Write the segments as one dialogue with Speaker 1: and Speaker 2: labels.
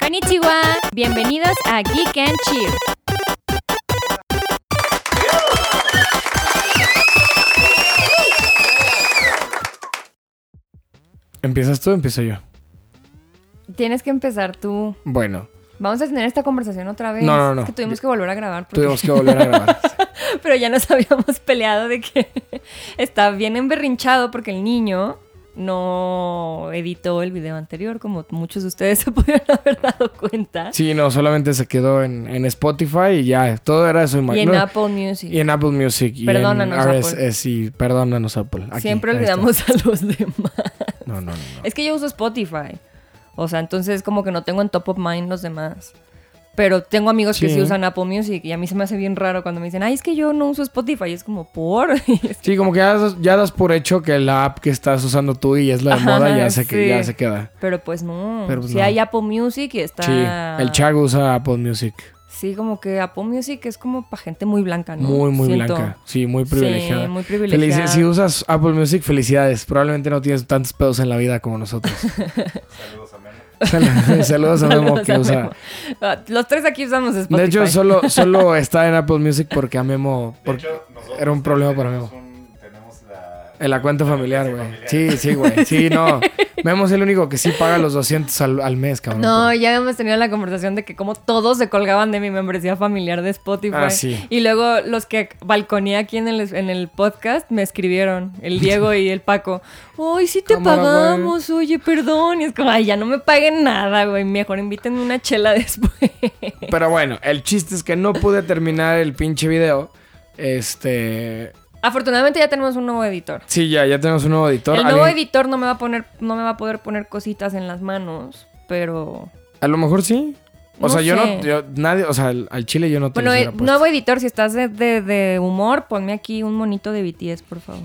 Speaker 1: Konnichiwa. Bienvenidos a Geek and Chill.
Speaker 2: ¿Empiezas tú o empiezo yo?
Speaker 1: Tienes que empezar tú.
Speaker 2: Bueno,
Speaker 1: Vamos a tener esta conversación otra vez.
Speaker 2: No, no, no.
Speaker 1: Es Que tuvimos que volver a grabar. porque-
Speaker 2: tuvimos que volver a grabar.
Speaker 1: Pero ya nos habíamos peleado de que está bien emberrinchado porque el niño no editó el video anterior, como muchos de ustedes se pudieron haber dado cuenta.
Speaker 2: Sí, no, solamente se quedó en, en Spotify y ya, todo era su
Speaker 1: y
Speaker 2: imagen.
Speaker 1: en
Speaker 2: No,
Speaker 1: Apple Music.
Speaker 2: y en Apple Music. y en
Speaker 1: Perdónanos,
Speaker 2: RSS, y perdónanos, Apple. Aquí,
Speaker 1: Siempre
Speaker 2: ahí está.
Speaker 1: olvidamos a los demás.
Speaker 2: No, no, no. no.
Speaker 1: Es que yo uso Spotify. O sea, entonces como que no tengo en top of mind los demás. Pero tengo amigos que
Speaker 2: Sí.
Speaker 1: sí usan Apple Music y a mí se me hace bien raro cuando me dicen, ay, es que yo no uso Spotify. Y es como, ¿por?
Speaker 2: Sí, como que ya, das- ya das por hecho que la app que estás usando tú y es la de
Speaker 1: Ajá,
Speaker 2: moda ya se, que
Speaker 1: sí.
Speaker 2: ya se queda.
Speaker 1: Pero pues no.
Speaker 2: Pero pues
Speaker 1: si
Speaker 2: no.
Speaker 1: hay Apple Music y está...
Speaker 2: Sí, el Chago usa Apple Music.
Speaker 1: Sí, como que Apple Music es como para gente muy blanca, ¿no?
Speaker 2: Muy, muy
Speaker 1: Siento.
Speaker 2: blanca. Sí, muy
Speaker 1: Sí,
Speaker 2: privilegiada.
Speaker 1: muy privilegiada.
Speaker 2: Felici- si usas Apple Music, felicidades. Probablemente no tienes tantos pedos en la vida como nosotros. Saludos a Memo. Saludos a Memo
Speaker 1: Saludos
Speaker 2: que
Speaker 1: a
Speaker 2: usa.
Speaker 1: Memo. Ah, Los tres aquí usamos Spotify.
Speaker 2: De hecho, solo, solo está en Apple Music porque a Memo
Speaker 3: De
Speaker 2: porque
Speaker 3: hecho, nosotros
Speaker 2: era un problema para Memo.
Speaker 3: tenemos un- Tenemos la...
Speaker 2: En la cuenta familiar, güey. Sí, sí, güey. Sí, no. Memo es el único que sí paga los 200 al, al mes, cabrón.
Speaker 1: No, ya hemos tenido la conversación de que como todos se colgaban de mi membresía familiar de Spotify.
Speaker 2: Ah, sí.
Speaker 1: Y luego los que balconé aquí en el, en el podcast me escribieron, el Diego y el Paco. Ay, sí te
Speaker 2: Cámara, güey.
Speaker 1: pagamos, oye, perdón. Y es como, ay, ya no me paguen nada, güey. Mejor invítenme una chela después.
Speaker 2: Pero bueno, el chiste es que no pude terminar el pinche video. Este.
Speaker 1: Afortunadamente ya tenemos un nuevo editor.
Speaker 2: Sí, ya, ya tenemos un nuevo editor.
Speaker 1: El
Speaker 2: Al
Speaker 1: nuevo
Speaker 2: in-
Speaker 1: editor no me va a poner, no me va a poder poner cositas en las manos, pero.
Speaker 2: A lo mejor sí.
Speaker 1: No
Speaker 2: O sea, yo
Speaker 1: sé.
Speaker 2: no. yo- nadie, o sea, al, al chile yo no te
Speaker 1: Bueno,
Speaker 2: los
Speaker 1: eh,
Speaker 2: hubiera puesto.
Speaker 1: nuevo editor, si estás de, de- de humor, ponme aquí un monito de BTS, por favor.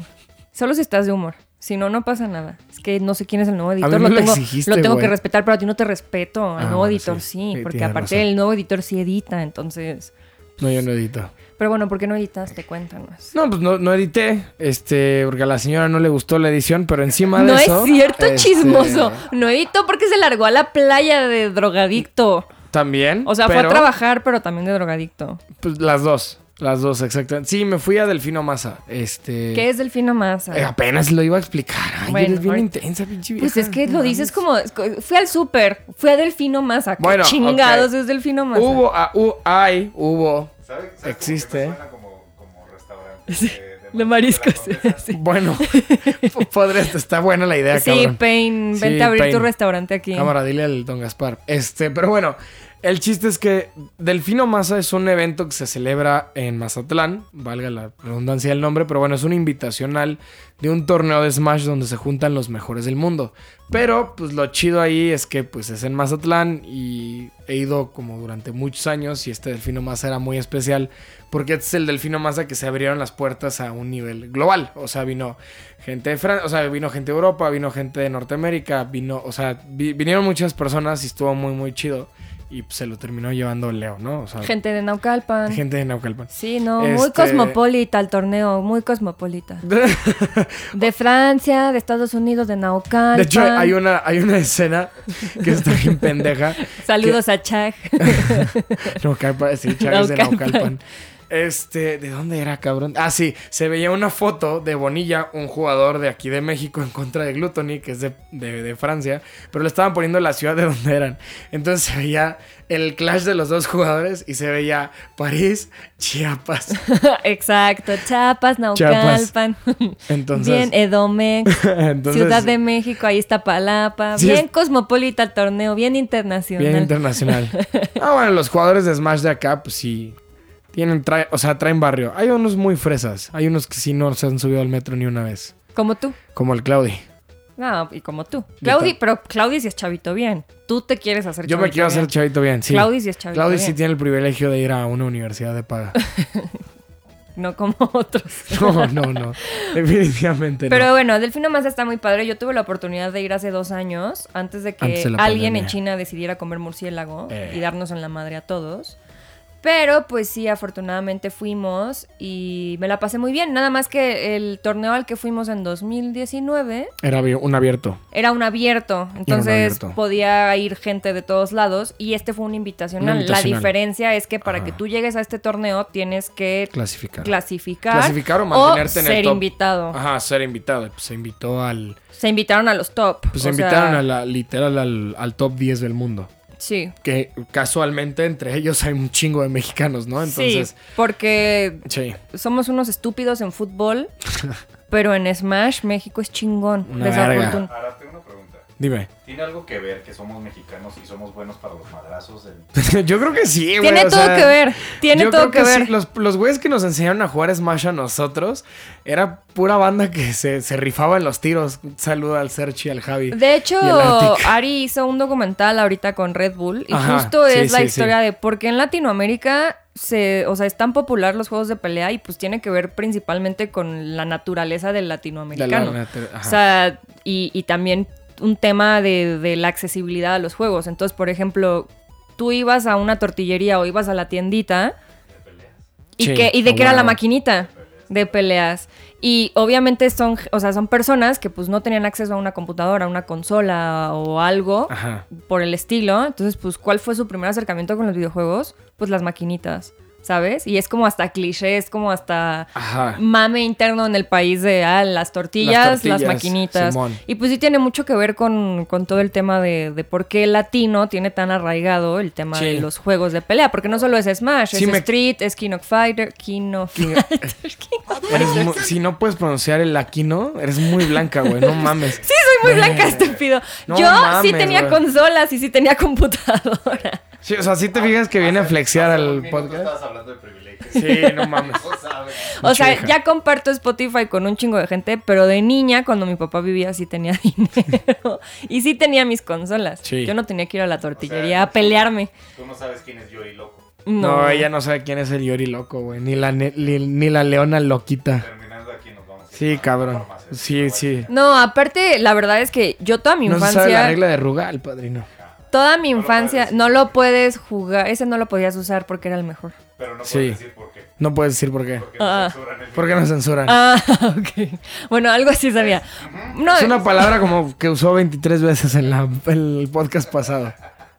Speaker 1: Solo si estás de humor. Si no, no pasa nada. Es que no sé quién es el nuevo editor.
Speaker 2: me
Speaker 1: lo,
Speaker 2: lo
Speaker 1: tengo,
Speaker 2: exigiste,
Speaker 1: lo tengo
Speaker 2: güey.
Speaker 1: que respetar, pero a ti no te respeto. Al
Speaker 2: Ah,
Speaker 1: nuevo
Speaker 2: bueno,
Speaker 1: editor
Speaker 2: sí.
Speaker 1: sí,
Speaker 2: Sí,
Speaker 1: porque
Speaker 2: tienes
Speaker 1: aparte
Speaker 2: razón.
Speaker 1: el nuevo editor sí edita, entonces.
Speaker 2: No, yo no edito.
Speaker 1: Pero bueno, ¿por qué no editaste? Cuéntanos.
Speaker 2: No, pues no, no edité. Este, porque a la señora no le gustó la edición, pero encima de
Speaker 1: no
Speaker 2: eso.
Speaker 1: es cierto,
Speaker 2: este,
Speaker 1: chismoso. No editó porque se largó a la playa de drogadicto.
Speaker 2: También.
Speaker 1: O sea, fue
Speaker 2: pero-
Speaker 1: a trabajar, pero también de drogadicto.
Speaker 2: Pues las dos. Las dos, exactamente. Sí, me fui a Delfino Massa. Este.
Speaker 1: ¿Qué es Delfino Massa?
Speaker 2: eh, apenas lo iba a explicar. Ay,
Speaker 1: Bueno,
Speaker 2: eres bien
Speaker 1: ahorita-
Speaker 2: intensa, pinche vieja.
Speaker 1: Pues es que lo
Speaker 2: No
Speaker 1: dices
Speaker 2: mames.
Speaker 1: como. es co- Fui al súper, fui a Delfino Massa. ¿Qué
Speaker 2: Bueno,
Speaker 1: chingados
Speaker 2: ok.
Speaker 1: es Delfino Massa?
Speaker 2: Hubo, ah, hu- hay, hubo.
Speaker 3: ¿Sabe- sabe como que me
Speaker 2: Existe. ¿eh?
Speaker 3: suena como- como restaurante
Speaker 1: Sí,
Speaker 3: de- de
Speaker 1: De
Speaker 3: mariscos
Speaker 1: mariscos.
Speaker 3: de la Condesa?
Speaker 1: Sí,
Speaker 2: Bueno, podrías, está buena la idea,
Speaker 1: Sí,
Speaker 2: cabrón.
Speaker 1: Pain,
Speaker 2: Sí,
Speaker 1: vente a abrir tu
Speaker 2: Pain.
Speaker 1: restaurante aquí.
Speaker 2: Cámara, dile al don Gaspar. Este, pero bueno, el chiste es que Delfino Masa es un evento que se celebra en Mazatlán, valga la redundancia del nombre, pero bueno, es una invitacional de un torneo de Smash donde se juntan los mejores del mundo. Pero, pues lo chido ahí es que pues es en Mazatlán y he ido como durante muchos años y este Delfino Masa era muy especial porque este es el Delfino Masa que se abrieron las puertas a un nivel global. O sea, vino gente de Francia, o sea, vino gente de Europa, vino gente de Norteamérica, vino, o sea, vi- vinieron muchas personas y estuvo muy, muy chido. Y pues, se lo terminó llevando Leo, ¿no? O sea, gente,
Speaker 1: Gente de Naucalpan.
Speaker 2: de Naucalpan.
Speaker 1: Sí, no, muy
Speaker 2: Este-
Speaker 1: cosmopolita el torneo, muy cosmopolita. De Francia, de Estados Unidos, de Naucalpan.
Speaker 2: De hecho, hay una, hay una escena que está bien pendeja.
Speaker 1: Saludos a Chag.
Speaker 2: Naucalpan, sí, Chávez de
Speaker 1: Naucalpan.
Speaker 2: Naucalpan. Este, ¿de dónde era, cabrón? Ah, sí, se veía una foto de Bonilla, un jugador de aquí de México en contra de Gluttony, que es de, de- de Francia, pero le estaban poniendo la ciudad de donde eran. Entonces se veía el clash de los dos jugadores y se veía París, Chiapas.
Speaker 1: Exacto, Chiapas,
Speaker 2: Chiapas.
Speaker 1: Naucalpan.
Speaker 2: Entonces,
Speaker 1: Bien, Edomex.
Speaker 2: entonces,
Speaker 1: Ciudad de México, ahí está Palapa.
Speaker 2: Sí,
Speaker 1: bien
Speaker 2: es-
Speaker 1: cosmopolita el torneo, bien internacional.
Speaker 2: Bien internacional. ah, bueno, los jugadores de Smash de acá, pues sí. Tienen, trae- o sea, traen barrio. Hay unos muy fresas. Hay unos que sí no se han subido al metro ni una vez.
Speaker 1: como tú.
Speaker 2: Como el Claudi.
Speaker 1: No, y como tú. Claudi,
Speaker 2: ta-
Speaker 1: pero Claudi sí es chavito bien. Tú te quieres hacer
Speaker 2: Yo me
Speaker 1: chavito
Speaker 2: quiero
Speaker 1: bien.
Speaker 2: hacer chavito bien, sí.
Speaker 1: Claudi sí es chavito
Speaker 2: Claudi
Speaker 1: bien.
Speaker 2: sí tiene el privilegio de ir a una universidad de paga.
Speaker 1: No como otros.
Speaker 2: No, no, no. Definitivamente
Speaker 1: Pero
Speaker 2: no.
Speaker 1: bueno, Delfino Massa está muy padre. Yo tuve la oportunidad de ir hace dos años, antes de que
Speaker 2: Antes de la
Speaker 1: alguien
Speaker 2: pandemia.
Speaker 1: en China decidiera comer murciélago
Speaker 2: Eh.
Speaker 1: y darnos en la madre a todos. Pero pues sí, afortunadamente fuimos y me la pasé muy bien. Nada más que el torneo al que fuimos en 2019
Speaker 2: Era abi- un abierto.
Speaker 1: era un abierto, entonces
Speaker 2: abierto.
Speaker 1: podía ir gente de todos lados y este fue un invitacional.
Speaker 2: Un invitacional.
Speaker 1: La diferencia es que para
Speaker 2: Ajá.
Speaker 1: que tú llegues a este torneo tienes que
Speaker 2: Clasificar.
Speaker 1: clasificar,
Speaker 2: Clasificar o mantenerte en el
Speaker 1: ser
Speaker 2: top.
Speaker 1: invitado.
Speaker 2: Ajá, ser invitado. Pues, se invitó al.
Speaker 1: Se invitaron a los top.
Speaker 2: Pues
Speaker 1: o
Speaker 2: se invitaron
Speaker 1: sea,
Speaker 2: a la, literal al, al top 10 del mundo.
Speaker 1: Sí.
Speaker 2: Que casualmente entre ellos hay un chingo de mexicanos, ¿no? Entonces.
Speaker 1: sí, porque
Speaker 2: Sí.
Speaker 1: somos unos estúpidos en fútbol, pero en Smash México es chingón.
Speaker 2: Una verga.
Speaker 3: Ahora tengo una pregunta.
Speaker 2: Dime.
Speaker 3: ¿Tiene algo que ver que somos mexicanos y somos buenos para los madrazos? en-
Speaker 2: yo creo que sí, güey.
Speaker 1: Tiene
Speaker 2: o
Speaker 1: todo
Speaker 2: sea,
Speaker 1: que ver, tiene
Speaker 2: yo
Speaker 1: todo
Speaker 2: creo
Speaker 1: que
Speaker 2: sí,
Speaker 1: ver.
Speaker 2: Los, los güeyes que nos enseñaron a jugar Smash a nosotros era pura banda que se, se rifaba en los tiros. Un saludo al Serchi, al Javi.
Speaker 1: De hecho,
Speaker 2: y el Arctic.
Speaker 1: Ari hizo un documental ahorita con Red Bull y
Speaker 2: Ajá,
Speaker 1: justo
Speaker 2: sí,
Speaker 1: es la
Speaker 2: sí,
Speaker 1: historia de por qué en Latinoamérica se, o sea, es tan popular los juegos de pelea y pues tiene que ver principalmente con la naturaleza del
Speaker 2: De la-
Speaker 1: latinoamericano.
Speaker 2: ajá.
Speaker 1: O sea, y, y también un tema de, de la accesibilidad a los juegos. Entonces, por ejemplo, tú ibas a una tortillería o ibas a la tiendita y,
Speaker 2: Sí,
Speaker 1: que, y
Speaker 2: a
Speaker 1: de que era la
Speaker 2: huevo.
Speaker 1: maquinita de peleas. Y obviamente son, o sea, son personas que pues no tenían acceso a una computadora, a una consola o algo
Speaker 2: Ajá.
Speaker 1: por el estilo. Entonces, pues, ¿cuál fue su primer acercamiento con los videojuegos? Pues las maquinitas, ¿sabes? Y es como hasta cliché, es como hasta
Speaker 2: Ajá.
Speaker 1: mame interno en el país de ah, las, tortillas, las
Speaker 2: tortillas,
Speaker 1: maquinitas.
Speaker 2: Simón.
Speaker 1: Y pues sí tiene mucho que ver con, con todo el tema de, de por qué el latino tiene tan arraigado el tema
Speaker 2: Sí.
Speaker 1: de los juegos de pelea. Porque no solo es Smash,
Speaker 2: Sí,
Speaker 1: es
Speaker 2: me-
Speaker 1: Street, es King of Fighter, King of
Speaker 2: Eres mu- si no puedes pronunciar el aquino, eres muy blanca, güey. No mames.
Speaker 1: Sí, soy muy blanca, estúpido.
Speaker 2: No
Speaker 1: Yo sí
Speaker 2: mames,
Speaker 1: tenía
Speaker 2: güey.
Speaker 1: consolas y sí tenía computadora.
Speaker 2: Sí, o sea, si te fijas que viene a flexear
Speaker 3: Hace un
Speaker 2: al
Speaker 3: minuto
Speaker 2: podcast.
Speaker 3: estabas hablando de privilegios.
Speaker 2: Sí, no mames.
Speaker 3: No sabes.
Speaker 1: O sea,
Speaker 2: vieja.
Speaker 1: ya comparto Spotify con un chingo de gente, pero de niña, cuando mi papá vivía, sí tenía dinero. y sí tenía mis consolas.
Speaker 2: Sí.
Speaker 1: Yo no tenía que ir a la tortillería
Speaker 3: sea,
Speaker 1: a pelearme.
Speaker 3: Tú no sabes quién es Yori Loco.
Speaker 1: No,
Speaker 2: No, ella no sabe quién es el Yori loco, güey. Ni la, ne- ni, ni la leona loquita.
Speaker 3: Terminando aquí nos vamos a ir a
Speaker 2: Sí,
Speaker 3: la
Speaker 2: cabrón.
Speaker 3: farmacia.
Speaker 2: Sí, sí.
Speaker 1: No, aparte, la verdad es que yo toda mi
Speaker 2: No se sabe la
Speaker 1: infancia.
Speaker 2: regla de Rugal, padrino.
Speaker 1: toda mi
Speaker 3: No lo
Speaker 1: infancia
Speaker 3: puedes.
Speaker 1: no lo puedes jugar. Ese no lo podías usar porque era el mejor.
Speaker 3: Pero no puedes
Speaker 2: Sí.
Speaker 3: decir por qué.
Speaker 2: No puedes decir por qué.
Speaker 3: Porque nos
Speaker 1: Ah.
Speaker 3: censuran el
Speaker 2: ¿Por qué nos censuran?
Speaker 1: Ah, ok. Bueno, algo así sabía. No,
Speaker 2: es una palabra como que usó 23 veces en, la- en el podcast pasado.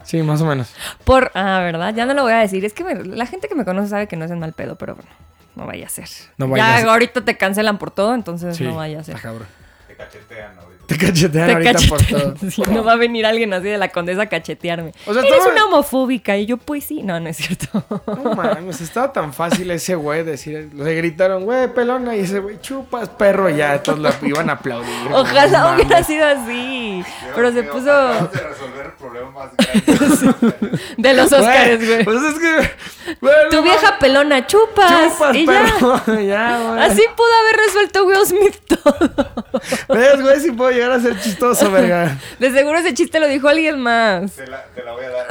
Speaker 2: Sí, más o menos.
Speaker 1: por. Ah, ¿verdad? Ya no lo voy a decir. Es que me- la gente que me conoce sabe que no es el mal pedo, pero bueno, no vaya a ser.
Speaker 2: No vaya
Speaker 1: ya
Speaker 2: a ser.
Speaker 1: ahorita te cancelan por todo, entonces
Speaker 2: Sí.
Speaker 1: Pues no vaya a ser.
Speaker 2: Ah, cabrón.
Speaker 3: Te cachetean ahorita.
Speaker 2: Te cachetean
Speaker 1: Te
Speaker 2: ahorita
Speaker 1: cachetean.
Speaker 2: por todo.
Speaker 1: Sí, no va a venir alguien así de la condesa a cachetearme.
Speaker 2: O sea,
Speaker 1: Eres
Speaker 2: todo-
Speaker 1: una homofóbica. Y yo, pues sí. No, no es cierto.
Speaker 2: No mames, estaba tan fácil ese güey decir. Le gritaron, güey, pelona. Y ese güey, chupas, perro. y Ya, todos la iban a aplaudir. güey,
Speaker 1: Ojalá
Speaker 2: no mames.
Speaker 1: hubiera sido así.
Speaker 3: Dios
Speaker 1: Pero se
Speaker 3: mío,
Speaker 1: puso
Speaker 3: acabas de resolver el problema más grande.
Speaker 1: de los Óscares, güey.
Speaker 2: Güey, Pues es que. güey,
Speaker 1: Tu
Speaker 2: no
Speaker 1: vieja pelona, chupas.
Speaker 2: mames, chupas,
Speaker 1: y ya.
Speaker 2: perro. Ya, güey.
Speaker 1: Así pudo haber resuelto Will Smith todo.
Speaker 2: ¿Ves, güey? Si puedo llegar a ser chistoso, verga.
Speaker 1: De seguro ese chiste lo dijo alguien más.
Speaker 3: Te la, te la voy a dar.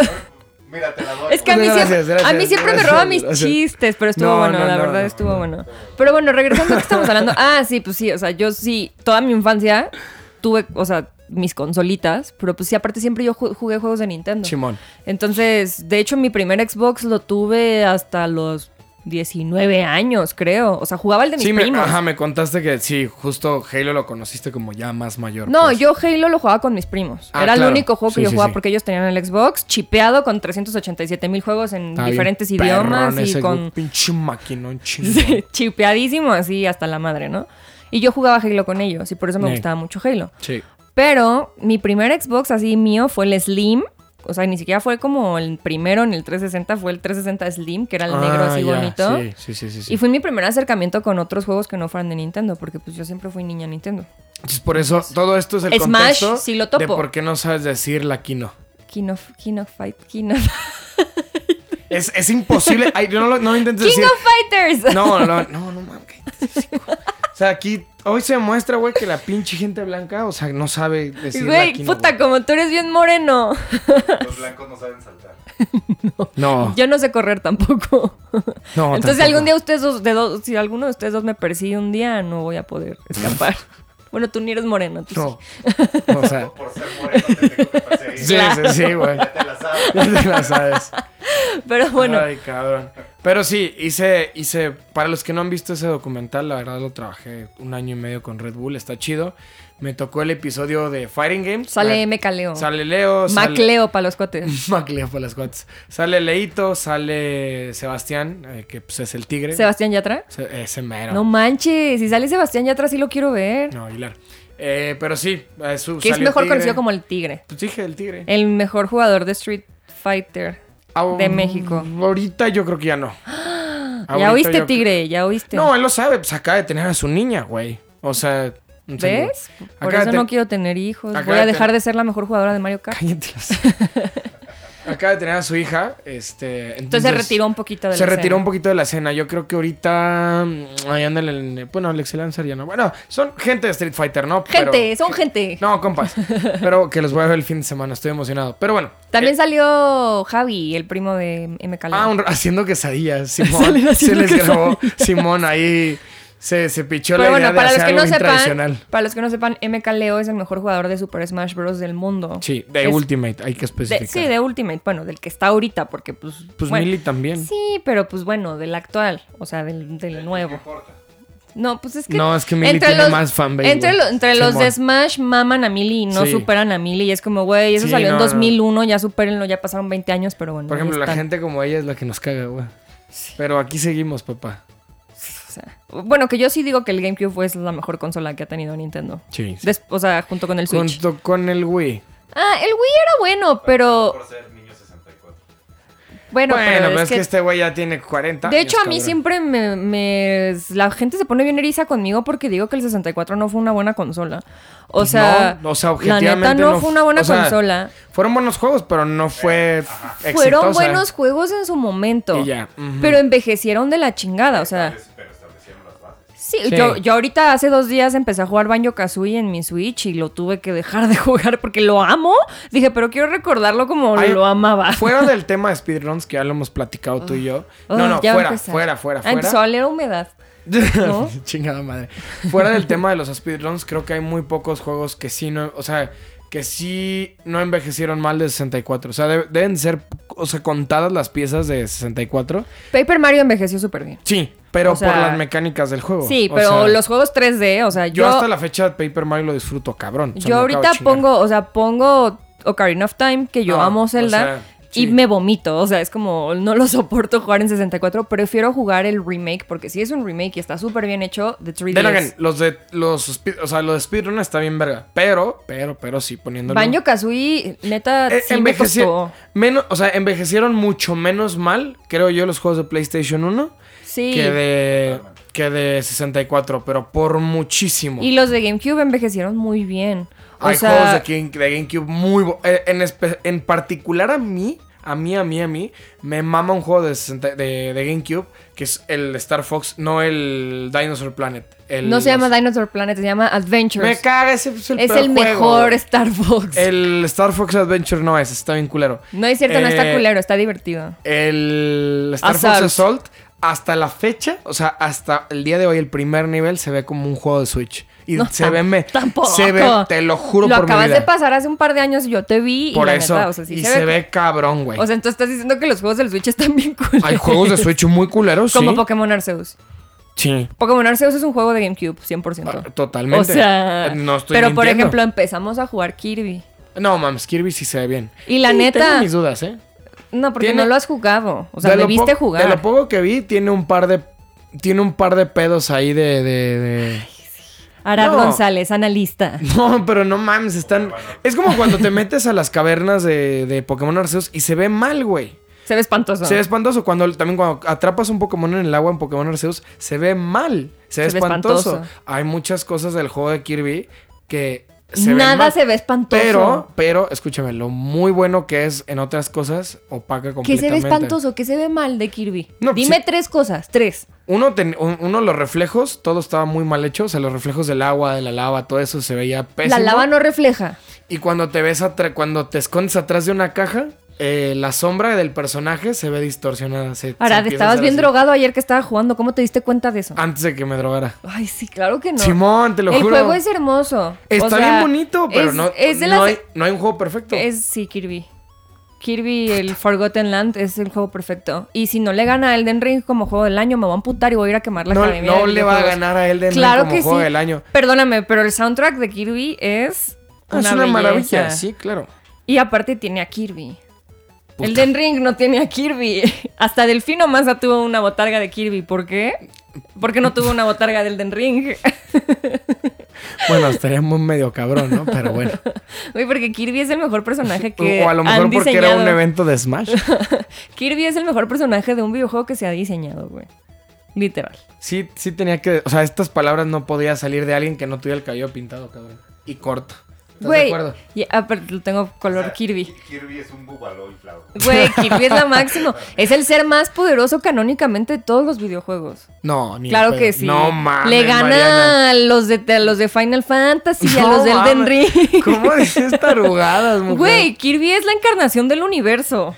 Speaker 3: Mira, te la doy.
Speaker 1: Es que a mí
Speaker 2: Gracias,
Speaker 1: siempre, a mí
Speaker 2: Pues gracias,
Speaker 1: siempre me
Speaker 2: gracias,
Speaker 1: roba mis
Speaker 2: gracias.
Speaker 1: chistes, pero estuvo
Speaker 2: No,
Speaker 1: bueno,
Speaker 2: no,
Speaker 1: la
Speaker 2: no,
Speaker 1: verdad
Speaker 2: no,
Speaker 1: estuvo
Speaker 2: no.
Speaker 1: bueno. Pero bueno, regresando a lo que estamos hablando. Ah, sí, pues sí, o sea, yo sí, toda mi infancia tuve, o sea, mis consolitas, pero pues sí, aparte siempre yo ju- jugué juegos de Nintendo.
Speaker 2: Chimón.
Speaker 1: Entonces, de hecho, mi primer Xbox lo tuve hasta los 19 años, creo. O sea, jugaba el de mis
Speaker 2: Sí, me,
Speaker 1: primos.
Speaker 2: ajá, me contaste que sí, justo Halo lo conociste como ya más mayor.
Speaker 1: No,
Speaker 2: pues.
Speaker 1: yo Halo lo jugaba con mis primos.
Speaker 2: Ah,
Speaker 1: Era
Speaker 2: claro.
Speaker 1: el único juego que
Speaker 2: Sí,
Speaker 1: yo
Speaker 2: sí,
Speaker 1: jugaba
Speaker 2: sí.
Speaker 1: porque ellos tenían el Xbox chipeado con 387 mil juegos en
Speaker 2: Está bien
Speaker 1: diferentes
Speaker 2: perrón
Speaker 1: idiomas y
Speaker 2: ese
Speaker 1: con
Speaker 2: Pinche maquinón chingón.
Speaker 1: Sí, chipeadísimo así hasta la madre, ¿no? Y yo jugaba Halo con ellos y por eso me
Speaker 2: Ne.
Speaker 1: gustaba mucho Halo.
Speaker 2: Sí.
Speaker 1: Pero mi primer Xbox así mío fue el Slim. O sea, ni siquiera fue como el primero en el 360, fue el 360 Slim, que era el negro
Speaker 2: Ah,
Speaker 1: así
Speaker 2: ya,
Speaker 1: bonito.
Speaker 2: Sí, sí, sí, sí. sí.
Speaker 1: Y fue mi primer acercamiento con otros juegos que no fueran de Nintendo, porque pues yo siempre fui niña Nintendo.
Speaker 2: Entonces, por eso, todo esto es el
Speaker 1: Smash,
Speaker 2: contexto
Speaker 1: sí lo topo.
Speaker 2: de por qué no sabes decir laquino.
Speaker 1: King of, King of Fight, King of,
Speaker 2: Es, es imposible. Ay, yo no lo, no lo intentes
Speaker 1: King
Speaker 2: decir.
Speaker 1: of Fighters.
Speaker 2: No, no, no, no mames. cállate, sí, güey. O sea, aquí hoy se muestra, güey, que la pinche gente blanca, o sea, no sabe decir
Speaker 1: Güey,
Speaker 2: laquino.
Speaker 1: puta,
Speaker 2: güey.
Speaker 1: como tú eres bien moreno.
Speaker 3: Los blancos no saben saltar.
Speaker 2: No,
Speaker 1: Yo no sé correr tampoco.
Speaker 2: Oh. no.
Speaker 1: Entonces,
Speaker 2: tampoco.
Speaker 1: algún día ustedes dos, de dos- si alguno de ustedes dos me persigue un día, no voy a poder escapar. bueno, tú ni eres moreno. tú
Speaker 2: No.
Speaker 1: sí.
Speaker 2: O sea.
Speaker 3: Por ser moreno te tengo que perseguir.
Speaker 2: Sí, sí, sí, güey.
Speaker 3: Ya te la sabes.
Speaker 2: Ya te la sabes.
Speaker 1: Pero bueno,
Speaker 2: Ay, cabrón. Pero sí, hice, hice. Para los que no han visto ese documental, la verdad lo trabajé un año y medio con Red Bull, está chido. Me tocó el episodio de Fighting Games.
Speaker 1: sale
Speaker 2: La-
Speaker 1: M. Caleo.
Speaker 2: Sale Leo. sale-
Speaker 1: Macleo para los cuates.
Speaker 2: Macleo para las cuates. Sale Leito, sale Sebastián, eh, que pues, es el tigre.
Speaker 1: Sebastián Yatra.
Speaker 2: Se- ese mero.
Speaker 1: No manches, si sale Sebastián Yatra sí lo quiero ver.
Speaker 2: No, Aguilar. Eh, pero sí, eh, su-
Speaker 1: que es
Speaker 2: salió el
Speaker 1: mejor
Speaker 2: tigre.
Speaker 1: conocido como el Tigre.
Speaker 2: Pues dije, el tigre.
Speaker 1: El mejor jugador de Street Fighter.
Speaker 2: Au-
Speaker 1: de México.
Speaker 2: Ahorita yo creo que ya no.
Speaker 1: ya
Speaker 2: Ahorita
Speaker 1: oíste,
Speaker 2: Ah, yo-
Speaker 1: Tigre, ya oíste.
Speaker 2: No, él lo sabe, pues acaba de tener a su niña, güey. O sea, un saludo.
Speaker 1: ¿Ves? Por
Speaker 2: Acaba
Speaker 1: eso
Speaker 2: de
Speaker 1: no
Speaker 2: ten-
Speaker 1: quiero tener hijos.
Speaker 2: Acaba
Speaker 1: Voy a
Speaker 2: de
Speaker 1: dejar
Speaker 2: ten-
Speaker 1: de ser la mejor jugadora de Mario Kart.
Speaker 2: Cállate. los- acaba de tener a su hija, este, entonces,
Speaker 1: Entonces, se retiró un poquito de la
Speaker 2: Se retiró
Speaker 1: escena.
Speaker 2: un poquito de la escena. Yo creo que ahorita. mm, Ahí anda el- el- Bueno, Alex Lancer ya no. Bueno, son gente de Street Fighter, ¿no? Pero-
Speaker 1: Gente, son gente.
Speaker 2: no, compas. pero que los voy a ver el fin de semana. Estoy emocionado. Pero bueno. eh,
Speaker 1: También salió Javi, el primo de M. Calero.
Speaker 2: Ah, un- haciendo quesadillas. Simón.
Speaker 1: Salen
Speaker 2: Se
Speaker 1: haciendo
Speaker 2: les grabó. Simón ahí se, se pichó la
Speaker 1: Pero
Speaker 2: idea
Speaker 1: bueno,
Speaker 2: de
Speaker 1: para
Speaker 2: hacer
Speaker 1: los que
Speaker 2: algo
Speaker 1: no
Speaker 2: bien
Speaker 1: sepan,
Speaker 2: tradicional.
Speaker 1: para los que no sepan, MK Leo es el mejor jugador de Super Smash Bros. del mundo.
Speaker 2: Sí, de
Speaker 1: Es-
Speaker 2: Ultimate. Hay que
Speaker 1: de-
Speaker 2: especificar.
Speaker 1: sí, de Ultimate, bueno, del que está ahorita, porque pues.
Speaker 2: Pues
Speaker 1: bueno,
Speaker 2: Mili también.
Speaker 1: Sí, pero pues bueno, del actual, o sea, del, del nuevo.
Speaker 3: importa?
Speaker 1: No, pues es que.
Speaker 2: No, es que Mili
Speaker 1: entre
Speaker 2: tiene más fanbase,
Speaker 1: Entre,
Speaker 2: güey.
Speaker 1: lo- entre los de
Speaker 2: Simón.
Speaker 1: Smash maman a Mili y no
Speaker 2: Sí.
Speaker 1: superan a Mili. Y es como, güey, eso
Speaker 2: Sí,
Speaker 1: salió
Speaker 2: no,
Speaker 1: en
Speaker 2: no.
Speaker 1: 2001, ya supérenlo, ya pasaron 20 años, pero bueno.
Speaker 2: Por
Speaker 1: ahí
Speaker 2: ejemplo, la
Speaker 1: están.
Speaker 2: gente como ella es la que nos caga, güey. Pero aquí seguimos, papá.
Speaker 1: O sea, bueno, que yo sí digo que el GameCube fue la mejor consola que ha tenido Nintendo.
Speaker 2: Sí.
Speaker 1: Des- o sea, junto con el Switch.
Speaker 2: Junto con el Wii.
Speaker 1: Ah, el Wii era bueno, pero.
Speaker 3: Por ser niño 64.
Speaker 1: Bueno,
Speaker 2: bueno,
Speaker 1: pero es que-
Speaker 2: este güey ya tiene 40.
Speaker 1: De hecho,
Speaker 2: años,
Speaker 1: a mí
Speaker 2: cabrón.
Speaker 1: siempre me, me- La gente se pone bien eriza conmigo porque digo que el 64 no fue una buena consola. O
Speaker 2: Pues
Speaker 1: sea,
Speaker 2: no, o sea,
Speaker 1: la neta
Speaker 2: objetivamente
Speaker 1: no,
Speaker 2: no
Speaker 1: fue una buena
Speaker 2: o sea,
Speaker 1: consola.
Speaker 2: Fueron buenos juegos, pero no fue exitosa.
Speaker 1: Fueron buenos juegos en su momento.
Speaker 2: Y ya, ujú.
Speaker 1: Pero envejecieron de la chingada. O sea,
Speaker 3: Establec- Pero establecieron las bases.
Speaker 1: sí,
Speaker 2: Sí.
Speaker 1: Yo, yo ahorita hace dos días empecé a jugar Banjo Kazooie en mi Switch y lo tuve que dejar de jugar porque lo amo. Dije, pero quiero recordarlo como
Speaker 2: Ay,
Speaker 1: lo amaba.
Speaker 2: Fuera del tema de speedruns, que ya lo hemos platicado tú y yo.
Speaker 1: Ay,
Speaker 2: No, no,
Speaker 1: Ah, Oh, ya va a
Speaker 2: fuera,
Speaker 1: empezar.
Speaker 2: fuera, fuera,
Speaker 1: Ah, empezó
Speaker 2: fuera.
Speaker 1: a oler humedad. ¿no?
Speaker 2: Chingada madre. Fuera del tema de los speedruns, creo que hay muy pocos juegos que sí no. O sea, que sí no envejecieron mal de 64. O sea, de- deben ser, o sea, contadas las piezas de 64.
Speaker 1: Paper Mario envejeció súper bien.
Speaker 2: Sí, pero
Speaker 1: O sea,
Speaker 2: por las mecánicas del juego.
Speaker 1: Sí,
Speaker 2: O
Speaker 1: pero
Speaker 2: sea,
Speaker 1: los juegos 3D, o sea, yo,
Speaker 2: Yo, hasta la fecha de Paper Mario lo disfruto, cabrón. O sea,
Speaker 1: yo
Speaker 2: me acabo de
Speaker 1: ahorita
Speaker 2: chingar.
Speaker 1: pongo, o sea, pongo Ocarina of Time, que yo
Speaker 2: No,
Speaker 1: amo
Speaker 2: o
Speaker 1: Zelda,
Speaker 2: sea,
Speaker 1: y
Speaker 2: sí.
Speaker 1: me vomito, o sea, es como, no lo soporto jugar en 64, prefiero jugar el remake, porque si es un remake y está súper bien hecho, de 3
Speaker 2: Then
Speaker 1: d
Speaker 2: again, los de los speed- o sea, los de speedrun está bien verga, pero pero pero sí poniéndolo
Speaker 1: Banjo Kazooie, neta,
Speaker 2: Eh,
Speaker 1: sí
Speaker 2: envejeci-
Speaker 1: me costó.
Speaker 2: menos, o sea, envejecieron mucho menos mal, creo yo, los juegos de PlayStation 1
Speaker 1: Sí.
Speaker 2: que de que de 64, pero por muchísimo.
Speaker 1: Y los de GameCube envejecieron muy bien. O
Speaker 2: Hay
Speaker 1: sea,
Speaker 2: juegos de, Game- de GameCube muy bu- eh, en, espe- en particular a mí, a mí, a mí, a mí, me mama un juego de, 60 de, de GameCube que es el Star Fox, no el Dinosaur Planet. el-
Speaker 1: no se llama
Speaker 2: los-
Speaker 1: Dinosaur Planet, se llama Adventures.
Speaker 2: Me caga ese es el,
Speaker 1: es
Speaker 2: peor
Speaker 1: el
Speaker 2: juego.
Speaker 1: mejor Star Fox.
Speaker 2: El Star Fox Adventure no es, está bien culero.
Speaker 1: No es cierto, no está
Speaker 2: Eh,
Speaker 1: culero, está divertido.
Speaker 2: El Star
Speaker 1: Assault.
Speaker 2: Fox Assault, hasta la fecha, o sea, hasta el día de hoy, el primer nivel se ve como un juego de Switch. Y
Speaker 1: No,
Speaker 2: se ve.
Speaker 1: tam-
Speaker 2: me-
Speaker 1: tampoco.
Speaker 2: Se ve, te lo juro
Speaker 1: Lo
Speaker 2: por mi
Speaker 1: acabas
Speaker 2: vida.
Speaker 1: de pasar hace un par de años y yo te vi.
Speaker 2: Por
Speaker 1: y la
Speaker 2: eso.
Speaker 1: neta, o sea, sí
Speaker 2: y se ve cabrón, güey.
Speaker 1: O sea, entonces estás diciendo que los juegos del Switch están bien cool.
Speaker 2: Hay juegos de Switch muy culeros, sí.
Speaker 1: Como Pokémon Arceus.
Speaker 2: Sí.
Speaker 1: Pokémon Arceus es un juego de GameCube, 100%.
Speaker 2: Ah, totalmente.
Speaker 1: O sea,
Speaker 2: No estoy
Speaker 1: pero por
Speaker 2: mintiendo.
Speaker 1: ejemplo empezamos a jugar Kirby.
Speaker 2: No, mames, Kirby sí se ve bien.
Speaker 1: Y la
Speaker 2: Sí,
Speaker 1: neta-
Speaker 2: Tengo mis dudas, ¿eh?
Speaker 1: No, porque
Speaker 2: Tiene-
Speaker 1: no lo has jugado. O sea,
Speaker 2: De
Speaker 1: me
Speaker 2: lo
Speaker 1: viste
Speaker 2: po-
Speaker 1: jugar.
Speaker 2: De lo poco que vi, tiene un par de. Tiene un par de pedos ahí de. de- de-
Speaker 1: Arad
Speaker 2: No.
Speaker 1: González, analista.
Speaker 2: No, pero no mames, están. Es como cuando te metes a las cavernas de, de Pokémon Arceus y se ve mal, güey.
Speaker 1: Se ve espantoso.
Speaker 2: Se ve espantoso. Cuando también cuando atrapas un Pokémon en el agua en Pokémon Arceus, se ve mal. Se ve,
Speaker 1: Se ve
Speaker 2: espantoso.
Speaker 1: espantoso.
Speaker 2: Hay muchas cosas del juego de Kirby que se ven
Speaker 1: Nada
Speaker 2: mal.
Speaker 1: se ve espantoso.
Speaker 2: Pero, pero, escúchame, lo muy bueno que es en otras cosas opaca
Speaker 1: ¿Qué se ve
Speaker 2: completamente.
Speaker 1: espantoso? ¿Qué se ve mal de Kirby?
Speaker 2: No, pues
Speaker 1: Dime
Speaker 2: sí.
Speaker 1: tres cosas. Tres.
Speaker 2: Uno, ten- un- uno, los reflejos, todo estaba muy mal hecho. O sea, los reflejos del agua, de la lava, todo eso se veía pésimo.
Speaker 1: La lava no refleja.
Speaker 2: Y cuando te ves atra- cuando te escondes atrás de una caja, eh, la sombra del personaje se ve distorsionada. se- se
Speaker 1: Ahora,
Speaker 2: empieza a
Speaker 1: estabas
Speaker 2: hacer
Speaker 1: bien
Speaker 2: así.
Speaker 1: drogado ayer que estaba jugando. ¿Cómo te diste cuenta de eso?
Speaker 2: Antes de que me drogara.
Speaker 1: Ay, sí, claro que no.
Speaker 2: Simón, te lo
Speaker 1: el
Speaker 2: juro.
Speaker 1: juego es hermoso. O
Speaker 2: Está
Speaker 1: sea,
Speaker 2: bien bonito, pero
Speaker 1: es-
Speaker 2: no,
Speaker 1: Es de
Speaker 2: no
Speaker 1: las.
Speaker 2: hay, no hay un juego perfecto.
Speaker 1: es- sí, Kirby. Kirby, el Forgotten Land, es el juego perfecto. Y si no le gana a Elden Ring como juego del año, me voy a amputar y voy a ir a quemar la
Speaker 2: No,
Speaker 1: academia.
Speaker 2: no
Speaker 1: de
Speaker 2: le va a
Speaker 1: videojuegos.
Speaker 2: ganar a Elden Ring
Speaker 1: Claro
Speaker 2: como
Speaker 1: que
Speaker 2: juego
Speaker 1: sí.
Speaker 2: del año.
Speaker 1: Perdóname, pero el soundtrack de Kirby es.
Speaker 2: Ah, es una
Speaker 1: belleza.
Speaker 2: maravilla, sí, claro.
Speaker 1: Y aparte tiene a Kirby. El Den Ring no tiene a Kirby. Hasta Delfino Massa tuvo una botarga de Kirby. ¿Por qué? Porque no tuvo una botarga del Den Ring.
Speaker 2: Bueno, estaríamos medio cabrón, ¿no? Pero bueno.
Speaker 1: Güey, porque Kirby es el mejor personaje que.
Speaker 2: O a lo mejor
Speaker 1: han
Speaker 2: porque era un
Speaker 1: diseñado.
Speaker 2: evento de Smash.
Speaker 1: Kirby es el mejor personaje de un videojuego que se ha diseñado, güey. Literal.
Speaker 2: Sí, sí tenía que. O sea, estas palabras no podía salir de alguien que no tuviera el cabello pintado, cabrón. Y corto. ¿Estás de
Speaker 1: Güey.
Speaker 2: acuerdo?
Speaker 1: y- ah, pero lo tengo
Speaker 3: O
Speaker 1: color
Speaker 3: sea,
Speaker 1: Kirby.
Speaker 3: Kirby es un bubaloy inflado.
Speaker 1: Güey, Kirby es la máximo. Es el ser más poderoso canónicamente de todos los videojuegos.
Speaker 2: No, ni de
Speaker 1: Claro
Speaker 2: pedo.
Speaker 1: que sí.
Speaker 2: No mames.
Speaker 1: Le gana
Speaker 2: Mariana.
Speaker 1: a los de a los de Final Fantasy, a
Speaker 2: No
Speaker 1: los del Den
Speaker 2: mames.
Speaker 1: Ring.
Speaker 2: ¿Cómo dices tarugadas, mujer?
Speaker 1: Güey, Kirby es la encarnación del universo.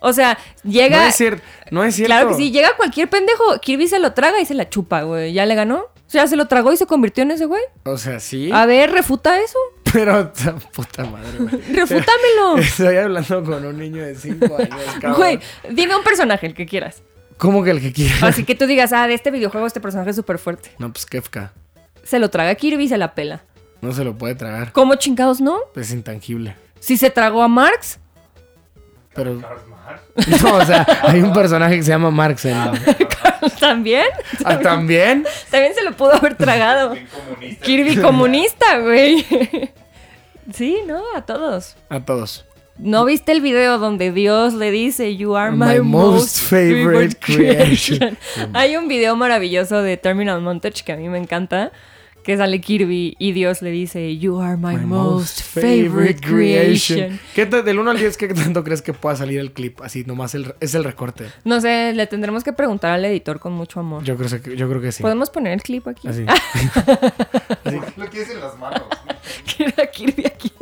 Speaker 1: O sea, llega.
Speaker 2: No es cierto. No es cierto.
Speaker 1: claro que sí, llega cualquier pendejo, Kirby se lo traga y se la chupa, güey. Ya le ganó. O sea, se lo tragó y se convirtió en ese güey.
Speaker 2: O sea, sí.
Speaker 1: A ver, refuta eso.
Speaker 2: Pero, ta- puta madre, güey.
Speaker 1: Refútamelo.
Speaker 2: Estoy hablando con un niño de 5 años, cabrón.
Speaker 1: Güey, dime un personaje, el que quieras.
Speaker 2: ¿Cómo que el que quiera?
Speaker 1: Así que tú digas, ah, de este videojuego este personaje es súper fuerte.
Speaker 2: No, pues Kefka.
Speaker 1: Se lo traga Kirby y se la pela.
Speaker 2: No se lo puede tragar.
Speaker 1: ¿Cómo chingados no?
Speaker 2: Es intangible.
Speaker 1: Si se tragó a Marx,
Speaker 2: Pero.
Speaker 3: Charles Marx.
Speaker 2: No, o sea, hay un personaje que se llama Marx en la-
Speaker 1: también.
Speaker 2: Ah, ¿También?
Speaker 1: También se lo pudo haber tragado.
Speaker 3: Bien comunista.
Speaker 1: Kirby comunista, güey. Sí, ¿no? A todos.
Speaker 2: A todos.
Speaker 1: ¿No viste el video donde Dios le dice, You are my,
Speaker 2: My most favorite
Speaker 1: Hay un video maravilloso de Terminal Montage que a mí me encanta, que sale Kirby y Dios le dice, You are my, most, favorite, creation.
Speaker 2: ¿Qué te- del 1 al 10, ¿qué tanto crees que pueda salir el clip? Así, nomás el, es el recorte.
Speaker 1: No sé, le tendremos que preguntar al editor con mucho amor.
Speaker 2: Yo creo, que- yo creo que sí.
Speaker 1: ¿Podemos poner el clip aquí?
Speaker 2: Así.
Speaker 3: ¿Por qué lo quieres en las manos?
Speaker 1: que era Kirby aquí.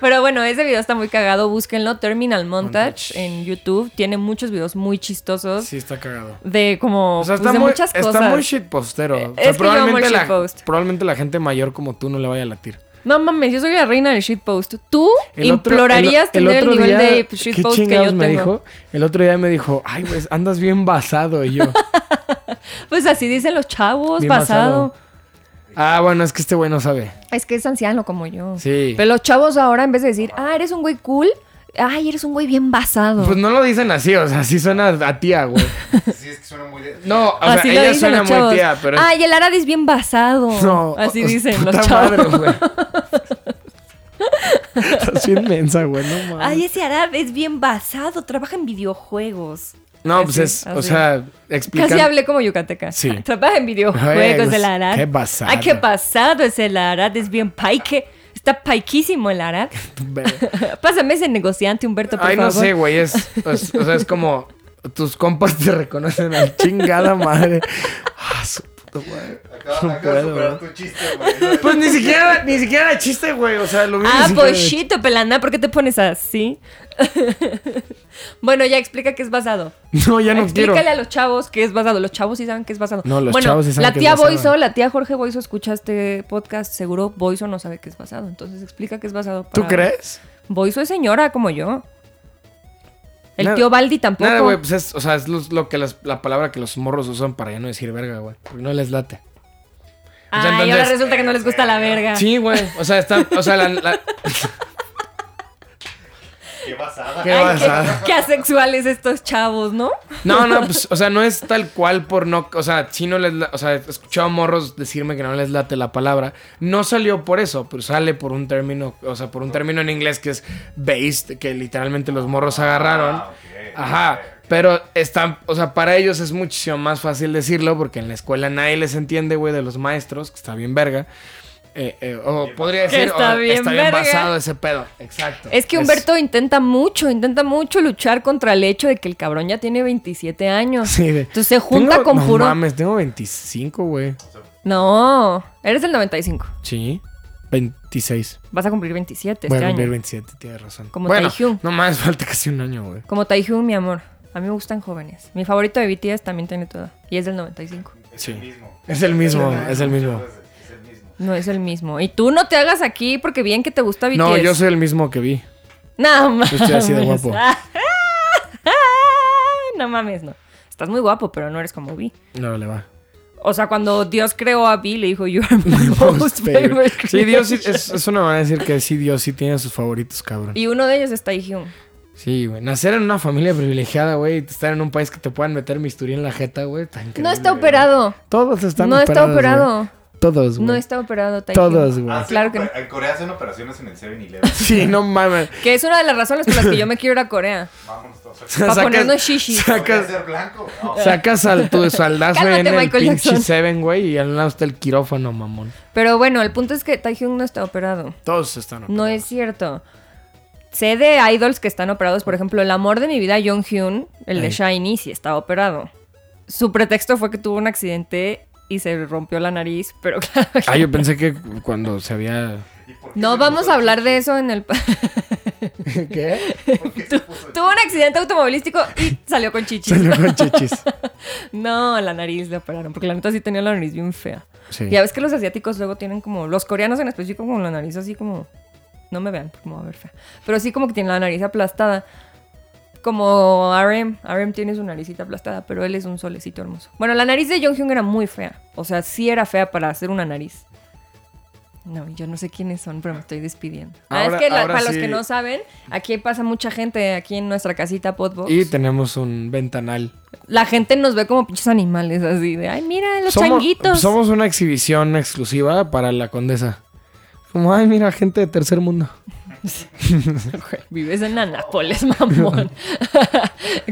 Speaker 1: Pero bueno, ese video está muy cagado. Búsquenlo, Terminal Montage,
Speaker 2: Montage.
Speaker 1: en YouTube. Tiene muchos videos muy chistosos
Speaker 2: Sí, está cagado.
Speaker 1: de como
Speaker 2: O sea,
Speaker 1: pues,
Speaker 2: está
Speaker 1: de
Speaker 2: muy,
Speaker 1: muchas
Speaker 2: está
Speaker 1: cosas.
Speaker 2: muy shitpostero.
Speaker 1: Eh,
Speaker 2: O sea,
Speaker 1: es que yo amo
Speaker 2: probablemente,
Speaker 1: el
Speaker 2: la,
Speaker 1: shitpost.
Speaker 2: probablemente la gente mayor como tú no le vaya a latir.
Speaker 1: No mames, yo soy la reina del shitpost. Tú
Speaker 2: El otro-
Speaker 1: implorarías
Speaker 2: el- el
Speaker 1: tener el,
Speaker 2: otro
Speaker 1: nivel
Speaker 2: día-
Speaker 1: de
Speaker 2: ¿qué
Speaker 1: shitpost que yo
Speaker 2: chingados
Speaker 1: tengo.
Speaker 2: me dijo? El otro día me dijo, ay, pues andas bien basado. Y yo,
Speaker 1: Pues así dicen los chavos,
Speaker 2: Bien
Speaker 1: basado.
Speaker 2: basado. ah, bueno, es que este güey no sabe.
Speaker 1: Es que es anciano como yo.
Speaker 2: Sí.
Speaker 1: Pero los chavos ahora, en vez de decir, ah, eres un güey cool, ay, eres un güey bien basado.
Speaker 2: Pues no lo dicen así, o sea, sí suena a tía, güey.
Speaker 3: Sí, es que suena muy de...
Speaker 2: No, o
Speaker 1: así
Speaker 2: sea,
Speaker 1: lo
Speaker 2: ella
Speaker 1: dicen
Speaker 2: suena
Speaker 1: los
Speaker 2: muy
Speaker 1: chavos.
Speaker 2: tía, pero...
Speaker 1: Ay, el Aradis bien basado.
Speaker 2: no,
Speaker 1: así
Speaker 2: o- o-
Speaker 1: dicen los
Speaker 2: puta
Speaker 1: chavos.
Speaker 2: madre, güey. Estás inmensa, güey, no mames.
Speaker 1: Ay, ese Arad es bien basado, trabaja en videojuegos.
Speaker 2: No, pues
Speaker 1: Así,
Speaker 2: es, o
Speaker 1: así.
Speaker 2: sea, explica...
Speaker 1: Casi hablé como yucateca.
Speaker 2: Sí.
Speaker 1: Trabaja en
Speaker 2: Ay,
Speaker 1: videojuegos
Speaker 2: pues,
Speaker 1: el Arad.
Speaker 2: qué basado.
Speaker 1: Ay, qué basado es el Arad, es bien paique. Está paiquísimo el Arad. Pásame ese negociante, Humberto, por
Speaker 2: Ay, no
Speaker 1: favor.
Speaker 2: sé, güey, es, es- o sea, es como tus compas te reconocen a chingada madre. Ah, su puta madre.
Speaker 3: Acabas
Speaker 2: No
Speaker 3: acabas de
Speaker 2: puedo,
Speaker 3: superar
Speaker 2: güey.
Speaker 3: tu chiste, güey.
Speaker 2: Pues ni siquiera, ni siquiera era chiste, güey, o sea, lo vi.
Speaker 1: Ah, pues shito, pelana, ¿por qué te pones así? bueno, ya explica qué es basado.
Speaker 2: No, ya no quiero.
Speaker 1: Explícale a los chavos qué es basado. Los chavos sí saben qué es basado.
Speaker 2: No, los
Speaker 1: bueno,
Speaker 2: chavos sí saben
Speaker 1: la
Speaker 2: qué es
Speaker 1: tía
Speaker 2: basado.
Speaker 1: Boiso, la tía Jorge Boiso escucha este podcast, seguro Boiso no sabe qué es basado. Entonces explica qué es basado.
Speaker 2: ¿Tú
Speaker 1: para-
Speaker 2: crees?
Speaker 1: Boiso es señora como yo. El
Speaker 2: Nada-
Speaker 1: tío Baldi tampoco.
Speaker 2: Nada, güey, pues es, o sea, es lo, lo que las- la palabra que los morros usan para ya no decir verga, güey, porque no les late.
Speaker 1: Ay, ahora
Speaker 2: sea, pues, entonces-
Speaker 1: resulta que no les gusta la verga.
Speaker 2: Sí, güey, o sea, está, o sea, la, la-
Speaker 3: Qué basada.
Speaker 2: Qué
Speaker 1: Ay, qué,
Speaker 2: basada.
Speaker 1: qué asexuales estos chavos, ¿no?
Speaker 2: no, no, pues, o sea, no es tal cual por no, o sea, sí no les, la- o sea, he escuchado morros decirme que no les late la palabra, no salió por eso, pero sale por un término, o sea, por un término en inglés que es based, que literalmente los morros agarraron.
Speaker 3: Ah, ok. eh,
Speaker 2: Ajá. Pero están, o sea, para ellos es muchísimo más fácil decirlo porque en la escuela nadie les entiende, güey, de los maestros, que está bien verga. Eh, eh, o podría
Speaker 1: Que
Speaker 2: decir,
Speaker 1: está
Speaker 2: o,
Speaker 1: bien
Speaker 2: está bien
Speaker 1: verga.
Speaker 2: basado ese pedo. Exacto.
Speaker 1: Es que Humberto intenta mucho, intenta mucho luchar contra el hecho de que el cabrón ya tiene 27 años.
Speaker 2: Sí, de-
Speaker 1: Entonces se junta
Speaker 2: Tengo-
Speaker 1: con
Speaker 2: no
Speaker 1: puro.
Speaker 2: mames, tengo 25, güey.
Speaker 1: No, eres del 95.
Speaker 2: Sí. 26.
Speaker 1: Vas a cumplir 27
Speaker 2: Voy a
Speaker 1: este
Speaker 2: cumplir
Speaker 1: año.
Speaker 2: 27, tienes razón.
Speaker 1: Como
Speaker 2: bueno,
Speaker 1: Taehyung.
Speaker 2: no más, falta casi un año, güey.
Speaker 1: Como Taehyung, mi amor. A mí me gustan jóvenes. Mi favorito de BTS también tiene toda. Y es del 95.
Speaker 3: Es
Speaker 2: Sí.
Speaker 3: el mismo. Pues, eh,
Speaker 2: Es el mismo, es el mismo.
Speaker 3: Es el mismo.
Speaker 1: No es el mismo. Y tú no te hagas aquí porque bien que te gusta BTS.
Speaker 2: No, yo soy el mismo que vi.
Speaker 1: No mames.
Speaker 2: Yo estoy así de guapo.
Speaker 1: Ah, No mames, no. Estás muy guapo, pero no eres como Vi.
Speaker 2: No le va.
Speaker 1: O sea, cuando Dios creó a Vi, le dijo, You are my most favorite
Speaker 2: Sí, Dios sí-
Speaker 1: creation".
Speaker 2: es, es una manera de decir que sí, Dios sí tiene sus favoritos, cabrón.
Speaker 1: Y uno de ellos es Taehyung.
Speaker 2: Sí, güey. Nacer en una familia privilegiada, güey. y Estar en un país que te puedan meter misturí en la jeta, güey. está increíble,
Speaker 1: No está
Speaker 2: güey.
Speaker 1: operado.
Speaker 2: Todos están
Speaker 1: no está
Speaker 2: operados,
Speaker 1: operado.
Speaker 2: güey. Todos, güey.
Speaker 1: No está operado Taehyung.
Speaker 2: Todos, güey.
Speaker 3: Ah, sí,
Speaker 1: Claro que no.
Speaker 3: En Corea hacen operaciones en el 7-Eleven.
Speaker 2: Sí, no mames.
Speaker 1: Que es una de las razones por las que yo me quiero ir a Corea.
Speaker 3: Vámonos todos.
Speaker 1: Para
Speaker 2: Sacas-
Speaker 1: ponernos shishis.
Speaker 3: ¿Quieres
Speaker 2: Sacas,
Speaker 3: ser blanco? No.
Speaker 2: sacas al tu saldazo
Speaker 1: Cálmate,
Speaker 2: en el
Speaker 1: Michael
Speaker 2: pinche
Speaker 1: Jackson.
Speaker 2: Seven, güey. Y al lado está el quirófano, mamón.
Speaker 1: Pero bueno, el punto es que Taehyung no está operado.
Speaker 2: Todos están
Speaker 1: No
Speaker 2: operados.
Speaker 1: es cierto. Sé de idols que están operados, por ejemplo, el amor de mi vida, Jung Hyun, el de
Speaker 2: Ey.
Speaker 1: Shiny, sí estaba operado. Su pretexto fue que tuvo un accidente y se rompió la nariz, pero claro.
Speaker 2: Ah, yo pensé que cuando se había.
Speaker 3: ¿Y por qué
Speaker 1: No
Speaker 3: se
Speaker 1: vamos
Speaker 3: puso
Speaker 1: a
Speaker 3: el
Speaker 1: hablar de eso en el. pa-
Speaker 2: ¿Qué?
Speaker 3: chichi? ¿Por qué se puso el
Speaker 1: tuvo un accidente automovilístico y salió con chichis.
Speaker 2: Salió con chichis.
Speaker 1: No, la nariz le operaron, porque la neta sí tenía la nariz bien fea.
Speaker 2: Sí.
Speaker 1: Ya ves que los asiáticos luego tienen como, los coreanos en específico, como la nariz así como, no me vean porque me voy a ver fea, pero sí como que tienen la nariz aplastada. Como RM, RM tiene su naricita aplastada, pero él es un solecito hermoso. Bueno, la nariz de Jonghyun era muy fea, o sea, sí era fea para hacer una nariz. No, yo no sé quiénes son, pero me estoy despidiendo. Ah,
Speaker 2: Ahora-
Speaker 1: es que la-
Speaker 2: ahora
Speaker 1: para los
Speaker 2: sí.
Speaker 1: que no saben, aquí pasa mucha gente, aquí en nuestra casita Podbox.
Speaker 2: Y tenemos un ventanal.
Speaker 1: La gente nos ve como pinches animales así de, ay, mira, los changuitos.
Speaker 2: somos una exhibición exclusiva para la condesa. Como, ay, mira, gente de tercer mundo.
Speaker 1: Güey, Vives en Anápolis, mamón.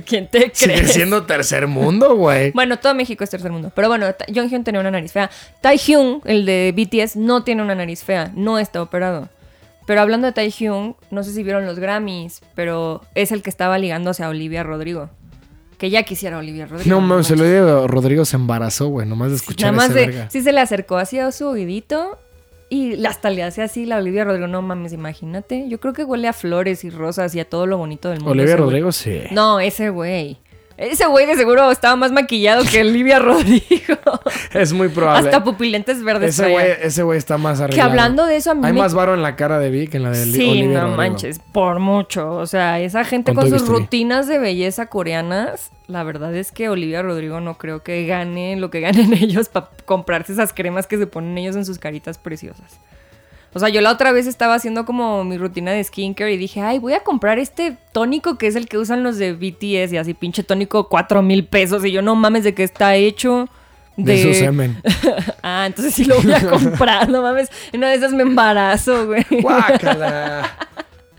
Speaker 1: ¿Quién te
Speaker 2: Sigue
Speaker 1: crees?
Speaker 2: siendo tercer mundo, güey.
Speaker 1: Bueno, todo México es tercer mundo. Pero bueno, Ta- Jonghyun tenía una nariz fea. Taehyung, el de BTS, no tiene una nariz fea. No está operado. Pero hablando de Taehyung, no sé si vieron los Grammys, pero es el que estaba ligándose a Olivia Rodrigo. Que ya quisiera Olivia Rodrigo.
Speaker 2: No, mames, se lo digo, Rodrigo se embarazó, güey, nomás de escuchar
Speaker 1: Nada más
Speaker 2: ese
Speaker 1: de,
Speaker 2: verga.
Speaker 1: sí se le acercó así a su oídito y hasta le hace así la Olivia Rodrigo. No mames, imagínate. Yo creo que huele a flores y rosas y a todo lo bonito del mundo.
Speaker 2: Olivia
Speaker 1: ese güey.
Speaker 2: Rodrigo, sí.
Speaker 1: No, ese güey. Ese güey de seguro estaba más maquillado que Olivia Rodrigo.
Speaker 2: Es muy probable.
Speaker 1: Hasta pupilentes verdes.
Speaker 2: ese
Speaker 1: traía.
Speaker 2: güey, ese güey está más
Speaker 1: Que
Speaker 2: arriba.
Speaker 1: hablando de eso, a mí
Speaker 2: Hay
Speaker 1: me-
Speaker 2: más varo en la cara de Vi que en la de Oli-
Speaker 1: Sí,
Speaker 2: Olivia
Speaker 1: no
Speaker 2: Rodrigo.
Speaker 1: manches, por mucho. O sea, esa gente
Speaker 2: Con
Speaker 1: con,
Speaker 2: todo
Speaker 1: sus
Speaker 2: bisturí.
Speaker 1: rutinas de belleza coreanas, la verdad es que Olivia Rodrigo no creo que gane lo que ganen ellos para comprarse esas cremas que se ponen ellos en sus caritas preciosas. O sea, yo la otra vez estaba haciendo como mi rutina de skincare y dije, ay, voy a comprar este tónico que es el que usan los de BTS y así, pinche tónico, cuatro mil pesos. Y yo, no mames, de que está hecho.
Speaker 2: De, su semen.
Speaker 1: ah, entonces sí lo voy a comprar, no mames. En Una de esas me embarazo, güey.
Speaker 2: ¡Guácala!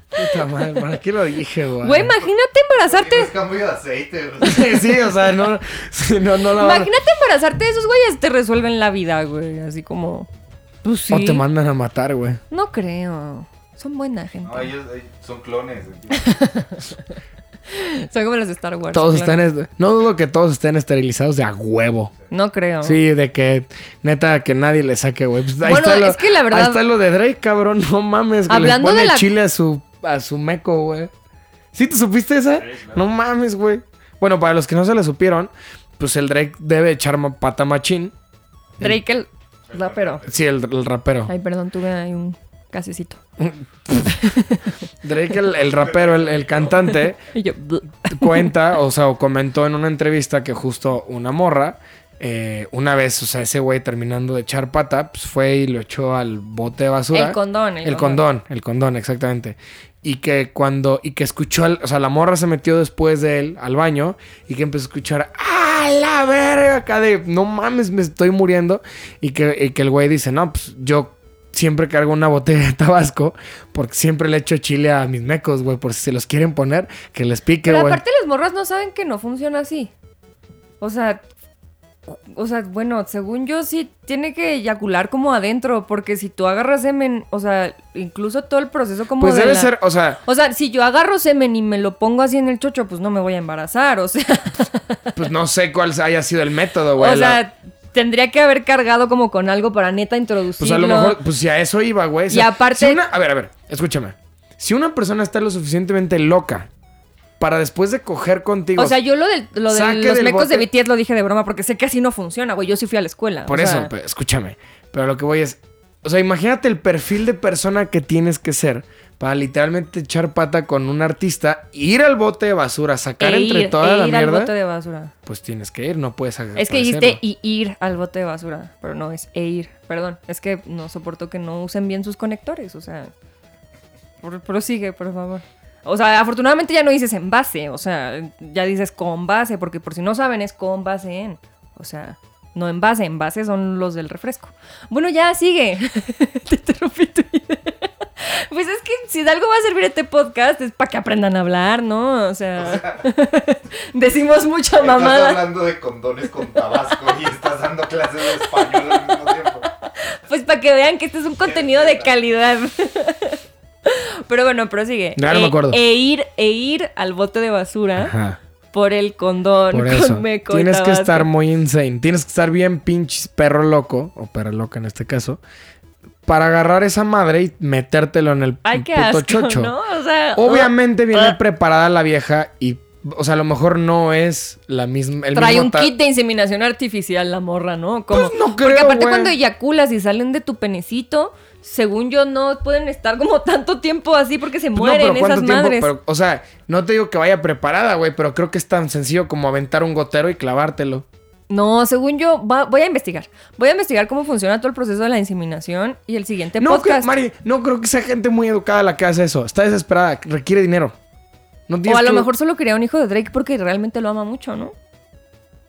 Speaker 2: Puta madre, ¿para qué lo dije, güey?
Speaker 1: Güey, imagínate
Speaker 3: aceite?
Speaker 1: embarazarte.
Speaker 3: Es cambio de aceite. o sea.
Speaker 2: Sí, sí, o sea, no, sí, no, no la van-
Speaker 1: Imagínate embarazarte de esos güeyes, te resuelven la vida, güey. Así como. Pues sí.
Speaker 2: O te mandan a matar, güey.
Speaker 1: No creo. Son buena gente.
Speaker 3: No, ellos eh, son clones.
Speaker 1: Son como los de Star Wars.
Speaker 2: Todos
Speaker 1: claro.
Speaker 2: están, est- no dudo que todos estén esterilizados de a huevo.
Speaker 1: No creo.
Speaker 2: Sí, de que neta que nadie le saque, güey. Pues, ahí
Speaker 1: Bueno,
Speaker 2: está lo,
Speaker 1: es que la verdad-
Speaker 2: Ahí está lo de Drake, cabrón. No mames, que
Speaker 1: Hablando
Speaker 2: le pone
Speaker 1: de la-
Speaker 2: chile a su, a su meco, güey. ¿Sí te supiste esa? No mames, güey. Bueno, para los que no se la supieron, pues el Drake debe echar ma- pata machín.
Speaker 1: Drake el. No, pero.
Speaker 2: Sí, el, el rapero.
Speaker 1: Ay, perdón, tuve ahí un casecito.
Speaker 2: Drake, el, el rapero, el, el cantante,
Speaker 1: Y yo. "Bleh".
Speaker 2: cuenta, o sea, o comentó en una entrevista que justo una morra, eh, una vez, o sea, ese güey terminando de echar pata, pues fue y lo echó al bote de basura.
Speaker 1: El condón, el
Speaker 2: El condón, el condón, exactamente. Y que cuando, y que escuchó, al- o sea, la morra se metió después de él al baño y que empezó a escuchar, ¡ah, la verga! Acá de, no mames, me estoy muriendo. Y que, y que el güey dice, no, pues yo siempre cargo una botella de tabasco porque siempre le echo chile a mis mecos, güey, por si se los quieren poner, que les pique,
Speaker 1: Pero
Speaker 2: güey.
Speaker 1: aparte, las morras no saben que no funciona así. O sea. O sea, bueno, según yo sí tiene que eyacular como adentro, porque si tú agarras semen, o sea, incluso todo el proceso como
Speaker 2: Pues
Speaker 1: de
Speaker 2: debe
Speaker 1: la-
Speaker 2: ser, o sea,
Speaker 1: O sea, si yo agarro semen y me lo pongo así en el chocho, pues no me voy a embarazar. O sea,
Speaker 2: pues no sé cuál haya sido el método, güey.
Speaker 1: o
Speaker 2: la-
Speaker 1: sea tendría que haber cargado como con algo para neta
Speaker 2: Pues
Speaker 1: introducirlo.
Speaker 2: a lo mejor, pues si a eso iba, güey. O sea,
Speaker 1: Y aparte-
Speaker 2: si una- a ver, a ver, escúchame. Si una persona está lo suficientemente loca para después de coger contigo.
Speaker 1: o sea, yo lo, del- lo de
Speaker 2: Saque
Speaker 1: los
Speaker 2: del
Speaker 1: mecos de
Speaker 2: bote.
Speaker 1: BTS lo dije de broma porque sé que así no funciona, güey. Yo sí fui a la escuela.
Speaker 2: por
Speaker 1: o
Speaker 2: eso, pues,
Speaker 1: sea,
Speaker 2: pe- escúchame. Pero lo que voy es. O sea, imagínate el perfil de persona que tienes que ser para literalmente echar pata con un artista, ir al bote de basura, sacar
Speaker 1: E
Speaker 2: entre
Speaker 1: ir-
Speaker 2: toda
Speaker 1: e
Speaker 2: la
Speaker 1: ir al
Speaker 2: mierda.
Speaker 1: bote de basura.
Speaker 2: Pues tienes que ir, no puedes
Speaker 1: Es que
Speaker 2: aparecerlo.
Speaker 1: dijiste y ir al bote de basura, pero no es e ir. Perdón, es que no soporto que no usen bien sus conectores, o sea. por- prosigue, por favor. O sea, afortunadamente ya no dices en base, o sea, ya dices con base, porque por si no saben es con base en. O sea, no en base, en base son los del refresco. Bueno, ya sigue. Te interrumpí tu idea. Pues es que si de algo va a servir este podcast es para que aprendan a hablar, ¿no? O sea, decimos mucha
Speaker 3: Estás
Speaker 1: mamada.
Speaker 3: hablando de condones con Tabasco y estás dando clases de español al mismo tiempo.
Speaker 1: Pues para que vean que este es un contenido de calidad. Pero bueno, prosigue.
Speaker 2: Ya no
Speaker 1: e,
Speaker 2: me acuerdo.
Speaker 1: E ir, e ir al bote de basura
Speaker 2: Ajá.
Speaker 1: por el condón.
Speaker 2: Por
Speaker 1: con
Speaker 2: eso.
Speaker 1: meco y
Speaker 2: Tienes que
Speaker 1: tabasco.
Speaker 2: estar muy insane. Tienes que estar bien pinche perro loco, o perra loca en este caso, para agarrar esa madre y metértelo en el
Speaker 1: Ay, qué
Speaker 2: puto
Speaker 1: asco,
Speaker 2: chocho.
Speaker 1: ¿no? O sea,
Speaker 2: Obviamente viene
Speaker 1: ah.
Speaker 2: preparada la vieja y, o sea, a lo mejor no es la misma. El
Speaker 1: trae
Speaker 2: mismo
Speaker 1: un
Speaker 2: ta-
Speaker 1: kit de inseminación artificial la morra, ¿no? Como,
Speaker 2: Pues no
Speaker 1: porque
Speaker 2: creo,
Speaker 1: aparte
Speaker 2: güey.
Speaker 1: cuando eyaculas y salen de tu penecito, según yo no pueden estar como tanto tiempo así porque se
Speaker 2: Pues no,
Speaker 1: mueren esas
Speaker 2: tiempo?
Speaker 1: madres.
Speaker 2: Pero, o sea, no te digo que vaya preparada, güey, pero creo que es tan sencillo como aventar un gotero y clavártelo.
Speaker 1: No, según yo, va- voy a investigar. Voy a investigar cómo funciona todo el proceso de la inseminación y el siguiente
Speaker 2: No, creo,
Speaker 1: podcast.
Speaker 2: Mari, no creo que sea gente muy educada la que hace eso. Está desesperada, requiere dinero. No
Speaker 1: o
Speaker 2: tienes
Speaker 1: a lo
Speaker 2: que-
Speaker 1: mejor solo quería un hijo de Drake porque realmente lo ama mucho, ¿no?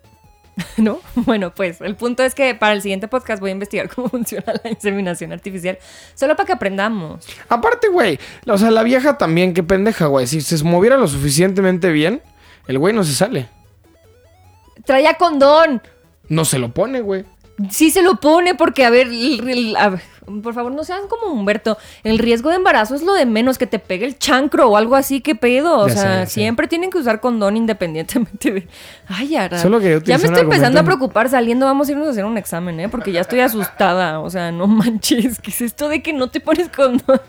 Speaker 1: ¿No? Bueno, pues el punto es que para el siguiente podcast voy a investigar cómo funciona la inseminación artificial. Solo para que aprendamos.
Speaker 2: Aparte, güey, o sea, la vieja también, qué pendeja, güey. Si se moviera lo suficientemente bien, el güey no se sale.
Speaker 1: Traía condón.
Speaker 2: No se lo pone, güey.
Speaker 1: Sí se lo pone porque, a ver, el- el- a ver, por favor, no sean como Humberto. El riesgo de embarazo es lo de menos, que te pegue el chancro o algo así, qué pedo. O
Speaker 2: Ya sé,
Speaker 1: sea,
Speaker 2: ya sé.
Speaker 1: siempre tienen que usar condón independientemente de... Ay, Ara.
Speaker 2: Solo quería
Speaker 1: ya
Speaker 2: utilizar
Speaker 1: me
Speaker 2: un
Speaker 1: estoy empezando
Speaker 2: argumento-
Speaker 1: a preocupar saliendo, vamos a irnos a hacer un examen, ¿eh? Porque ya estoy asustada. O sea, no manches, ¿qué es esto de que no te pones condón?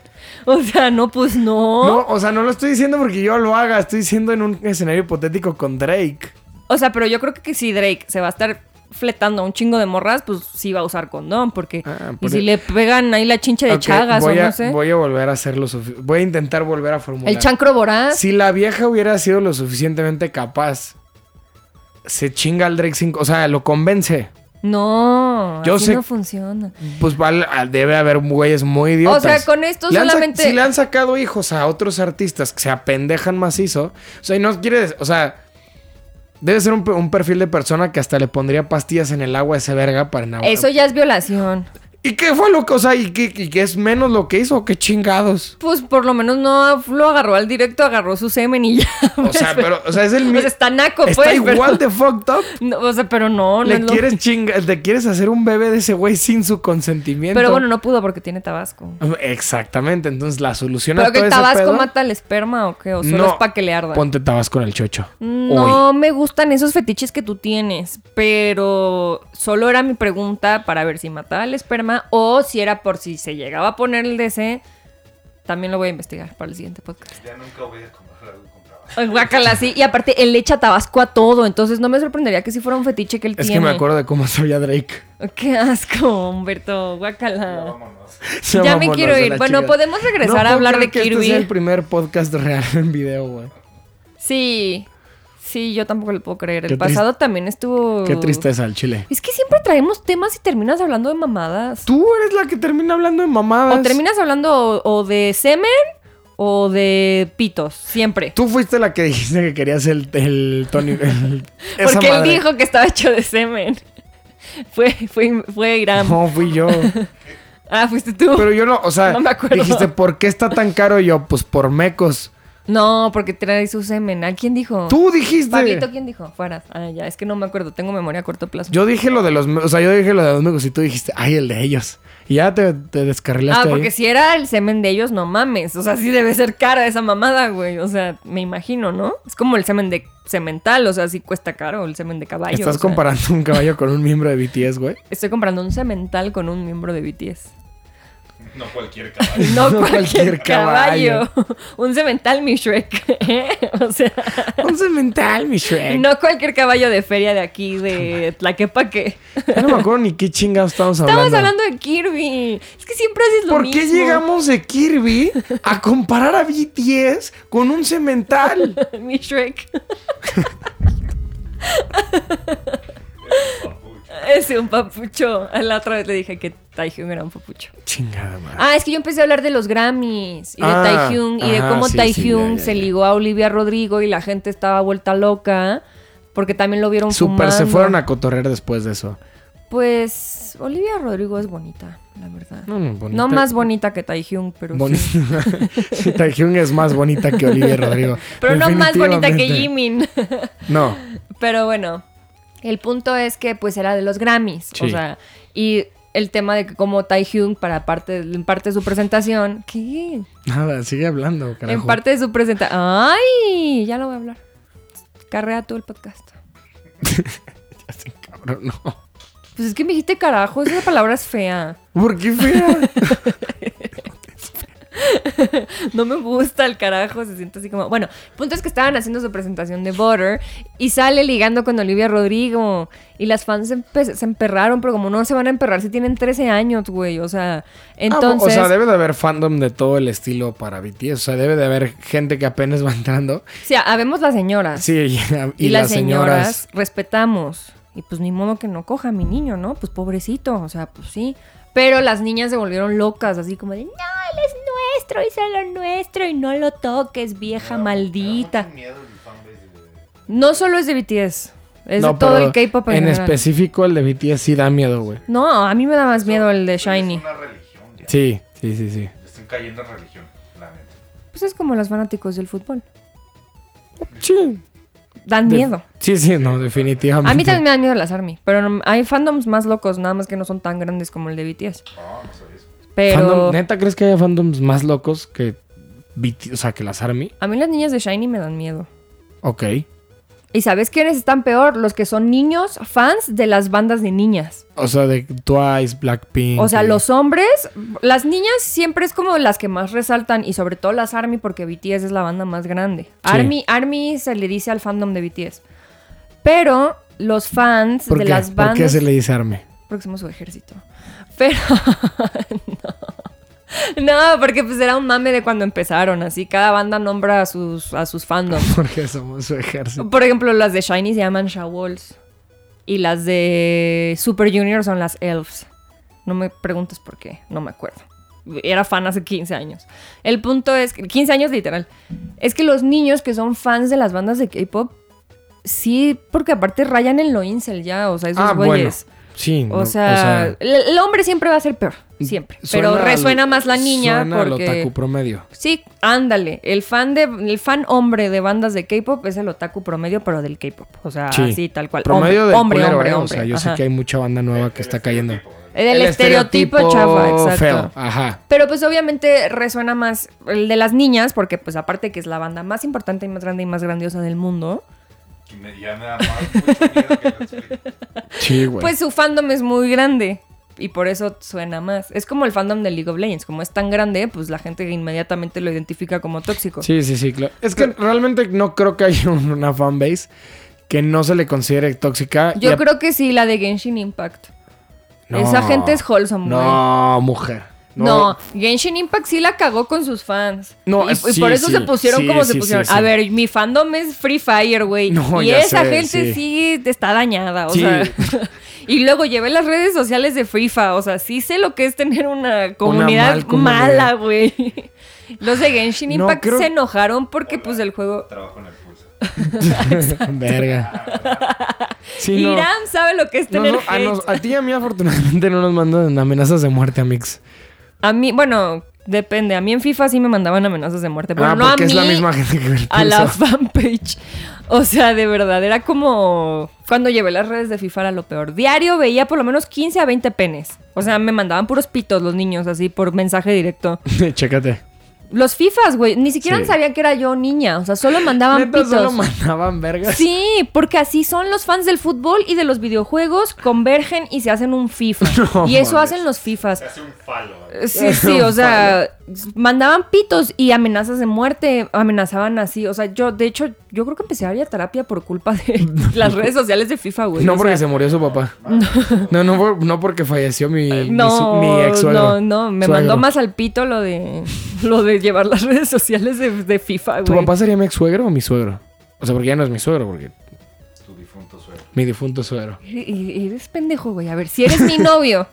Speaker 1: O sea, no, pues no.
Speaker 2: No, o sea, no lo estoy diciendo porque yo lo haga. Estoy diciendo en un escenario hipotético con Drake.
Speaker 1: O sea, pero yo creo que si Drake se va a estar fletando a un chingo de morras, pues sí va a usar condón, porque...
Speaker 2: Ah,
Speaker 1: y
Speaker 2: por
Speaker 1: si
Speaker 2: el-
Speaker 1: le pegan ahí la chincha de
Speaker 2: Ok,
Speaker 1: chagas o
Speaker 2: voy
Speaker 1: no
Speaker 2: a,
Speaker 1: sé.
Speaker 2: Voy a volver a hacerlo. sufi- Voy a intentar volver a formular.
Speaker 1: El chancro voraz.
Speaker 2: Si la vieja hubiera sido lo suficientemente capaz, se chinga al Drake 5. O sea, lo convence.
Speaker 1: No,
Speaker 2: Yo
Speaker 1: así
Speaker 2: sé-
Speaker 1: no funciona.
Speaker 2: Pues val- al- debe haber güeyes muy idiotas.
Speaker 1: O sea, con esto
Speaker 2: Le han sac-
Speaker 1: solamente-
Speaker 2: si le han sacado hijos a otros artistas que se apendejan macizo. O sea, y no quieres. O sea. Debe ser un, pe- un perfil de persona que hasta le pondría pastillas en el agua a ese verga para enamorar.
Speaker 1: Eso ya es violación.
Speaker 2: ¿Y qué fue lo que, o sea, y qué, y qué es menos lo que hizo? ¿Qué chingados?
Speaker 1: Pues por lo menos no lo agarró al directo, agarró su semen y ya.
Speaker 2: O sea, pero, o sea, es el
Speaker 1: O
Speaker 2: mismo.
Speaker 1: sea, está naco,
Speaker 2: está
Speaker 1: pues. pero-
Speaker 2: igual de fucked up.
Speaker 1: No, o sea, pero no, no es
Speaker 2: Le
Speaker 1: lo-
Speaker 2: quieres chingar, te quieres hacer un bebé de ese güey sin su consentimiento.
Speaker 1: Pero bueno, no pudo porque tiene tabasco.
Speaker 2: Exactamente, entonces la solución a
Speaker 1: ¿Pero que
Speaker 2: todo
Speaker 1: el
Speaker 2: ese
Speaker 1: tabasco
Speaker 2: pedo-
Speaker 1: mata el esperma o qué? ¿O solo es para que le arda?
Speaker 2: Ponte tabasco en el chocho. Hoy.
Speaker 1: No me gustan esos fetiches que tú tienes, pero solo era mi pregunta para ver si mataba el esperma o si era por si se llegaba a poner el DC. También lo voy a investigar para el siguiente podcast.
Speaker 3: Ya nunca voy a comprar algo con Tabasco.
Speaker 1: Ay, guácala, sí. Y aparte, él le echa tabasco a todo, entonces no me sorprendería que si fuera un fetiche que él
Speaker 2: Es
Speaker 1: tiene.
Speaker 2: que me acuerdo de cómo sabía Drake.
Speaker 1: Qué asco, Humberto,
Speaker 3: Ya
Speaker 1: guácala.
Speaker 3: vámonos.
Speaker 2: Se
Speaker 1: Ya me
Speaker 2: vámonos
Speaker 1: quiero
Speaker 2: a la
Speaker 1: ir. Bueno,
Speaker 2: chingada.
Speaker 1: podemos regresar
Speaker 2: No
Speaker 1: a
Speaker 2: puedo
Speaker 1: hablar
Speaker 2: creer
Speaker 1: de
Speaker 2: que este
Speaker 1: Kirby.
Speaker 2: sea el primer podcast real en video, güey.
Speaker 1: Sí, sí, yo tampoco lo puedo creer. El
Speaker 2: Qué tris-
Speaker 1: pasado también estuvo.
Speaker 2: Qué tristeza el chile.
Speaker 1: Es que siempre traemos temas y terminas hablando de mamadas.
Speaker 2: Tú eres la que termina hablando de mamadas.
Speaker 1: O terminas hablando o, o de semen o de pitos, siempre.
Speaker 2: Tú fuiste la que dijiste que querías el, el Tony. el- esa
Speaker 1: Porque él
Speaker 2: madre.
Speaker 1: dijo que estaba hecho de semen. Fue, fue, fue Irán.
Speaker 2: No, fui yo.
Speaker 1: Ah, fuiste tú.
Speaker 2: Pero yo no, o sea,
Speaker 1: No me acuerdo.
Speaker 2: dijiste, ¿por qué está tan caro? Y yo, pues por mecos.
Speaker 1: No, porque trae su semen. ¿A quién dijo?
Speaker 2: Tú dijiste.
Speaker 1: Oh. Pablito, ¿quién dijo? Fueras. Ah, ya, es que no me acuerdo. Tengo memoria a corto plazo.
Speaker 2: Yo dije lo de los, me- o sea, yo dije lo de los mecos y tú dijiste, ay, el de ellos. Y ya te, te
Speaker 1: ah,
Speaker 2: descarrilaste.
Speaker 1: porque
Speaker 2: ahí.
Speaker 1: si era el semen de ellos, no mames. O sea, sí debe ser cara esa mamada, güey. O sea, me imagino, ¿no? Es como el semen de cemental. O sea, sí cuesta caro el semen de caballo.
Speaker 2: Estás
Speaker 1: o sea.
Speaker 2: comparando un caballo con un miembro de BTS, güey.
Speaker 1: Estoy comprando un cemental con un miembro de BTS.
Speaker 3: No cualquier caballo.
Speaker 1: No,
Speaker 2: No
Speaker 1: cualquier,
Speaker 2: cualquier caballo.
Speaker 1: caballo. Un cemental, mi Shrek. ¿eh? O sea,
Speaker 2: Un cemental, mi Shrek. No.
Speaker 1: no cualquier caballo de feria de aquí, de Tlaquepaque.
Speaker 2: no me acuerdo ni qué chingados estamos hablando.
Speaker 1: Estamos hablando de Kirby. Es que siempre haces lo
Speaker 2: ¿Por
Speaker 1: mismo.
Speaker 2: qué llegamos de Kirby a comparar a BTS con un cemental?
Speaker 1: Mi Shrek.
Speaker 3: Papucho.
Speaker 1: Es un papucho. La otra vez le dije que Taehyung era un papucho.
Speaker 2: Chingada madre.
Speaker 1: Ah, es que yo empecé a hablar de los Grammys y de
Speaker 2: Ah,
Speaker 1: Taehyung y de
Speaker 2: ajá,
Speaker 1: cómo
Speaker 2: sí, sí,
Speaker 1: Taehyung
Speaker 2: ya, ya,
Speaker 1: se
Speaker 2: ya.
Speaker 1: ligó a Olivia Rodrigo y la gente estaba vuelta loca porque también lo vieron
Speaker 2: Super, se
Speaker 1: fumando.
Speaker 2: fueron a cotorrear después de eso.
Speaker 1: Pues Olivia Rodrigo es bonita, la verdad.
Speaker 2: No, no, bonita.
Speaker 1: No más bonita que Taehyung, pero sí.
Speaker 2: Bonita. Sí, Taehyung es más bonita que Olivia Rodrigo.
Speaker 1: Pero no más bonita que
Speaker 2: Definitivamente.
Speaker 1: Jimin.
Speaker 2: No.
Speaker 1: Pero bueno, el punto es que pues era de los Grammys. O
Speaker 2: Sí.
Speaker 1: sea, y el tema de que como Taehyung para parte, en parte de su presentación... ¿Qué?
Speaker 2: Nada, sigue hablando, carajo.
Speaker 1: En parte de su presentación... ¡Ay! Ya lo voy a hablar. Carrea tú el podcast.
Speaker 2: Así, cabrón, no.
Speaker 1: Pues es que me dijiste carajo, esa palabra es fea.
Speaker 2: ¿Por qué fea? Ah,
Speaker 1: No me gusta el carajo, se siente así como... Bueno, el punto es que estaban haciendo su presentación de Butter y sale ligando con Olivia Rodrigo y las fans se, empe- se emperraron, pero como no se van a emperrar si tienen 13 años, güey, o sea, entonces...
Speaker 2: Ah, o sea, debe de haber fandom de todo el estilo para BTS. O sea, debe de haber gente que apenas va entrando.
Speaker 1: Sí, habemos las señoras.
Speaker 2: Sí, y,
Speaker 1: y,
Speaker 2: y
Speaker 1: las señoras, respetamos. Y pues ni modo que no coja a mi niño, ¿no? Pues pobrecito, o sea, pues sí. Pero las niñas se volvieron locas, así como de, no, él es nuestro, hizo lo nuestro y no lo toques, vieja
Speaker 3: Me da
Speaker 1: maldita.
Speaker 3: mucho miedo el fanbase de-
Speaker 1: No solo es de BTS, es
Speaker 2: No,
Speaker 1: de todo
Speaker 2: pero
Speaker 1: el K-pop en,
Speaker 2: En
Speaker 1: general.
Speaker 2: específico, el de BTS sí da miedo, güey.
Speaker 1: No, a mí me da más miedo el de
Speaker 3: Eso ya
Speaker 1: Shiny.
Speaker 3: Es una religión, ya.
Speaker 2: Sí, sí, sí, sí.
Speaker 3: Están cayendo en religión, la neta.
Speaker 1: Pues es como los fanáticos del fútbol.
Speaker 2: Sí.
Speaker 1: Dan
Speaker 2: De-
Speaker 1: miedo.
Speaker 2: Sí, sí, no, definitivamente.
Speaker 1: A mí también me dan miedo las ARMY, pero no- hay fandoms más locos, nada más que no son tan grandes como el de BTS.
Speaker 3: No, no sabía eso.
Speaker 1: Pero...
Speaker 2: Fandom- ¿Neta crees que haya fandoms más locos que BT o sea, que las ARMY?
Speaker 1: A mí las niñas de Shiny me dan miedo.
Speaker 2: Ok.
Speaker 1: ¿Y sabes quiénes están peor? Los que son niños, fans de las bandas de niñas.
Speaker 2: O sea, de Twice, Blackpink.
Speaker 1: O sea,
Speaker 2: y-
Speaker 1: los hombres, las niñas siempre es como las que más resaltan y sobre todo las ARMY porque BTS es la banda más grande. ARMY, ARMY se le dice al fandom de BTS. Pero los fans
Speaker 2: ¿Por
Speaker 1: de
Speaker 2: qué?
Speaker 1: las
Speaker 2: ¿Por qué
Speaker 1: bandas...
Speaker 2: se le dice ARMY?
Speaker 1: Porque somos su ejército. Pero... no. No, porque pues era un mame de cuando empezaron, así cada banda nombra a sus, a sus fandoms.
Speaker 2: Porque somos su ejército.
Speaker 1: Por ejemplo, las de Shiny se llaman Shawols. Y las de Super Junior son las Elves. No me preguntes por qué, no me acuerdo. Era fan hace 15 años. El punto es, que- 15 años literal, es que los niños que son fans de las bandas de K-pop, sí, porque aparte rayan en lo incel ya, o sea, esos
Speaker 2: Ah, bueno.
Speaker 1: güeyes.
Speaker 2: Sí. no,
Speaker 1: O sea, el, el hombre siempre va a ser peor, siempre. Pero
Speaker 2: suena al-
Speaker 1: resuena más la niña
Speaker 2: Suena al
Speaker 1: porque...
Speaker 2: otaku promedio.
Speaker 1: Sí, ándale. El fan de, el fan hombre de bandas de K-pop es el otaku promedio, pero del K-pop. O sea,
Speaker 2: Sí.
Speaker 1: así tal cual.
Speaker 2: Promedio
Speaker 1: hombre,
Speaker 2: de
Speaker 1: hombre,
Speaker 2: culero,
Speaker 1: hombre,
Speaker 2: ¿eh? O
Speaker 1: hombre.
Speaker 2: sea, yo
Speaker 1: Ajá.
Speaker 2: sé que hay mucha banda nueva que está cayendo.
Speaker 1: El, estereotipo, chava, exacto.
Speaker 2: feo. Ajá.
Speaker 1: Pero pues obviamente resuena más el de las niñas, porque pues aparte que es la banda más importante y más grande y más grandiosa del mundo,
Speaker 3: Y me, ya me da más mucho miedo que lo explique.
Speaker 2: Sí, güey.
Speaker 1: pues su fandom es muy grande. Y por eso suena más. Es como el fandom de League of Legends. Como es tan grande, pues la gente inmediatamente lo identifica como tóxico.
Speaker 2: sí, sí, sí, claro. Es que realmente no creo que haya un- una fanbase que no se le considere tóxica.
Speaker 1: Yo
Speaker 2: y a-
Speaker 1: creo que sí, la de Genshin Impact.
Speaker 2: No.
Speaker 1: Esa gente es wholesome, güey.
Speaker 2: No, mujer.
Speaker 1: No. Genshin Impact sí la cagó con sus fans.
Speaker 2: No,
Speaker 1: y, y
Speaker 2: sí,
Speaker 1: por eso
Speaker 2: sí,
Speaker 1: se pusieron
Speaker 2: sí,
Speaker 1: como se
Speaker 2: sí,
Speaker 1: pusieron.
Speaker 2: sí, sí.
Speaker 1: A ver, mi fandom es Free Fire, güey.
Speaker 2: No,
Speaker 1: y
Speaker 2: ya
Speaker 1: esa
Speaker 2: sé,
Speaker 1: gente
Speaker 2: sí.
Speaker 1: sí está dañada, o
Speaker 2: Sí.
Speaker 1: sea. y luego llevé las redes sociales de FIFA, o sea, sí sé lo que es tener una comunidad
Speaker 2: mal comunidad.
Speaker 1: mala, güey. Los de Genshin
Speaker 2: No,
Speaker 1: Impact
Speaker 2: creo-
Speaker 1: se enojaron porque pues el juego
Speaker 3: Trabajo en el pulso.
Speaker 2: Verga. Sí, no.
Speaker 1: Irán sabe lo que es
Speaker 2: No,
Speaker 1: tener
Speaker 2: no, a,
Speaker 1: hate.
Speaker 2: nos- a ti y a mí afortunadamente no nos mandan amenazas de muerte, Amix.
Speaker 1: A mí, bueno, depende. A mí en FIFA sí me mandaban amenazas de muerte, pero
Speaker 2: ah,
Speaker 1: no a
Speaker 2: porque
Speaker 1: mí.
Speaker 2: es la misma gente que el
Speaker 1: a la
Speaker 2: pulso.
Speaker 1: fanpage. O sea, de verdad, era como cuando llevé las redes de FIFA a lo peor. Diario veía por lo menos 15 a 20 penes. O sea, me mandaban puros pitos los niños así por mensaje directo.
Speaker 2: Chécate.
Speaker 1: Los FIFAs, güey. Ni siquiera
Speaker 4: Sí.
Speaker 1: sabía que era yo niña. O sea, solo mandaban
Speaker 2: Neta,
Speaker 1: pitos.
Speaker 2: solo mandaban vergas.
Speaker 1: Sí, porque así son los fans del fútbol y de los videojuegos, convergen y se hacen un FIFA.
Speaker 2: No
Speaker 1: y eso
Speaker 2: mames.
Speaker 1: hacen los FIFAs.
Speaker 3: Se hace un falo.
Speaker 1: Sí, sí, o sea, mandaban pitos y amenazas de muerte, amenazaban así, o sea, yo, de hecho, yo creo que empecé a ir a terapia por culpa de las redes sociales de FIFA, güey.
Speaker 2: No
Speaker 1: o
Speaker 2: porque
Speaker 1: sea,
Speaker 2: se murió su papá. No, no, por- no porque falleció mi, mi su-
Speaker 1: no,
Speaker 2: mi, ex suegro.
Speaker 1: no, no, me
Speaker 2: Suegro.
Speaker 1: mandó más al pito lo de, lo de llevar las redes sociales de, de FIFA,
Speaker 2: ¿Tu
Speaker 1: güey.
Speaker 2: papá sería mi ex suegro o mi suegro? O sea, porque ya no es mi suegro, porque
Speaker 3: Tu difunto suegro.
Speaker 2: mi difunto suegro.
Speaker 1: E- Eres pendejo, güey. A ver, si eres mi novio.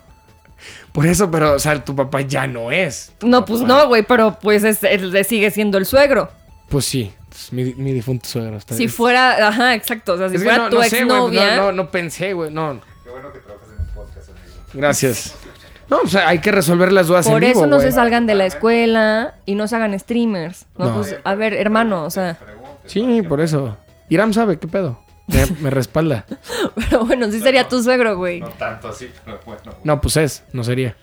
Speaker 2: Por eso, pero, o sea, tu papá ya no es.
Speaker 1: No, pues no, güey, pero pues es- es- sigue siendo el suegro.
Speaker 2: Pues sí, es mi, mi difunto suegro. Está-
Speaker 1: Si
Speaker 2: es-
Speaker 1: fuera, ajá, exacto. O sea, si
Speaker 2: es que
Speaker 1: fuera
Speaker 2: no,
Speaker 1: tu
Speaker 2: no sé, güey, pues,
Speaker 1: exnovia.
Speaker 2: no, no, no pensé, güey. No,
Speaker 3: Qué bueno que trabajas en un podcast, amigo.
Speaker 2: gracias. No, o sea, hay que resolver las dudas
Speaker 1: Por
Speaker 2: en
Speaker 1: eso
Speaker 2: vivo,
Speaker 1: no se
Speaker 2: güey.
Speaker 1: salgan de la escuela y no se hagan streamers. No,
Speaker 2: No.
Speaker 1: pues, a ver, hermano, o sea.
Speaker 3: Pregunte.
Speaker 2: Sí, por eso. Iram sabe, ¿qué pedo? Me, me respalda.
Speaker 1: Pero bueno, sí sería tu suegro, güey.
Speaker 3: No tanto así, pero bueno. güey.
Speaker 2: No, pues es, no sería.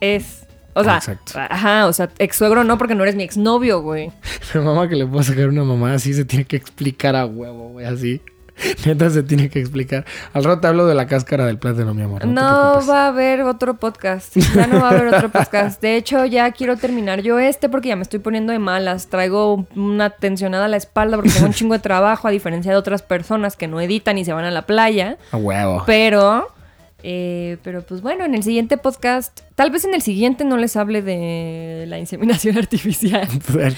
Speaker 1: Es. O sea,
Speaker 2: Exacto.
Speaker 1: ajá, o sea, ex suegro no, porque no eres mi exnovio, güey.
Speaker 2: La mamá que le puedo sacar una mamá así se tiene que explicar a huevo, güey, así. Neta se tiene que explicar. Al rato te hablo de la cáscara del plátano, mi amor. No,
Speaker 1: No,
Speaker 2: te preocupes.
Speaker 1: va a haber otro podcast. Ya no va a haber otro podcast. De hecho, ya quiero terminar yo este porque ya me estoy poniendo de malas. Traigo una tensionada a la espalda porque tengo un chingo de trabajo, a diferencia de otras personas que no editan y se van a la playa.
Speaker 2: A huevo.
Speaker 1: Pero, eh, pero pues bueno, en el siguiente podcast, tal vez en el siguiente no les hable de la inseminación artificial.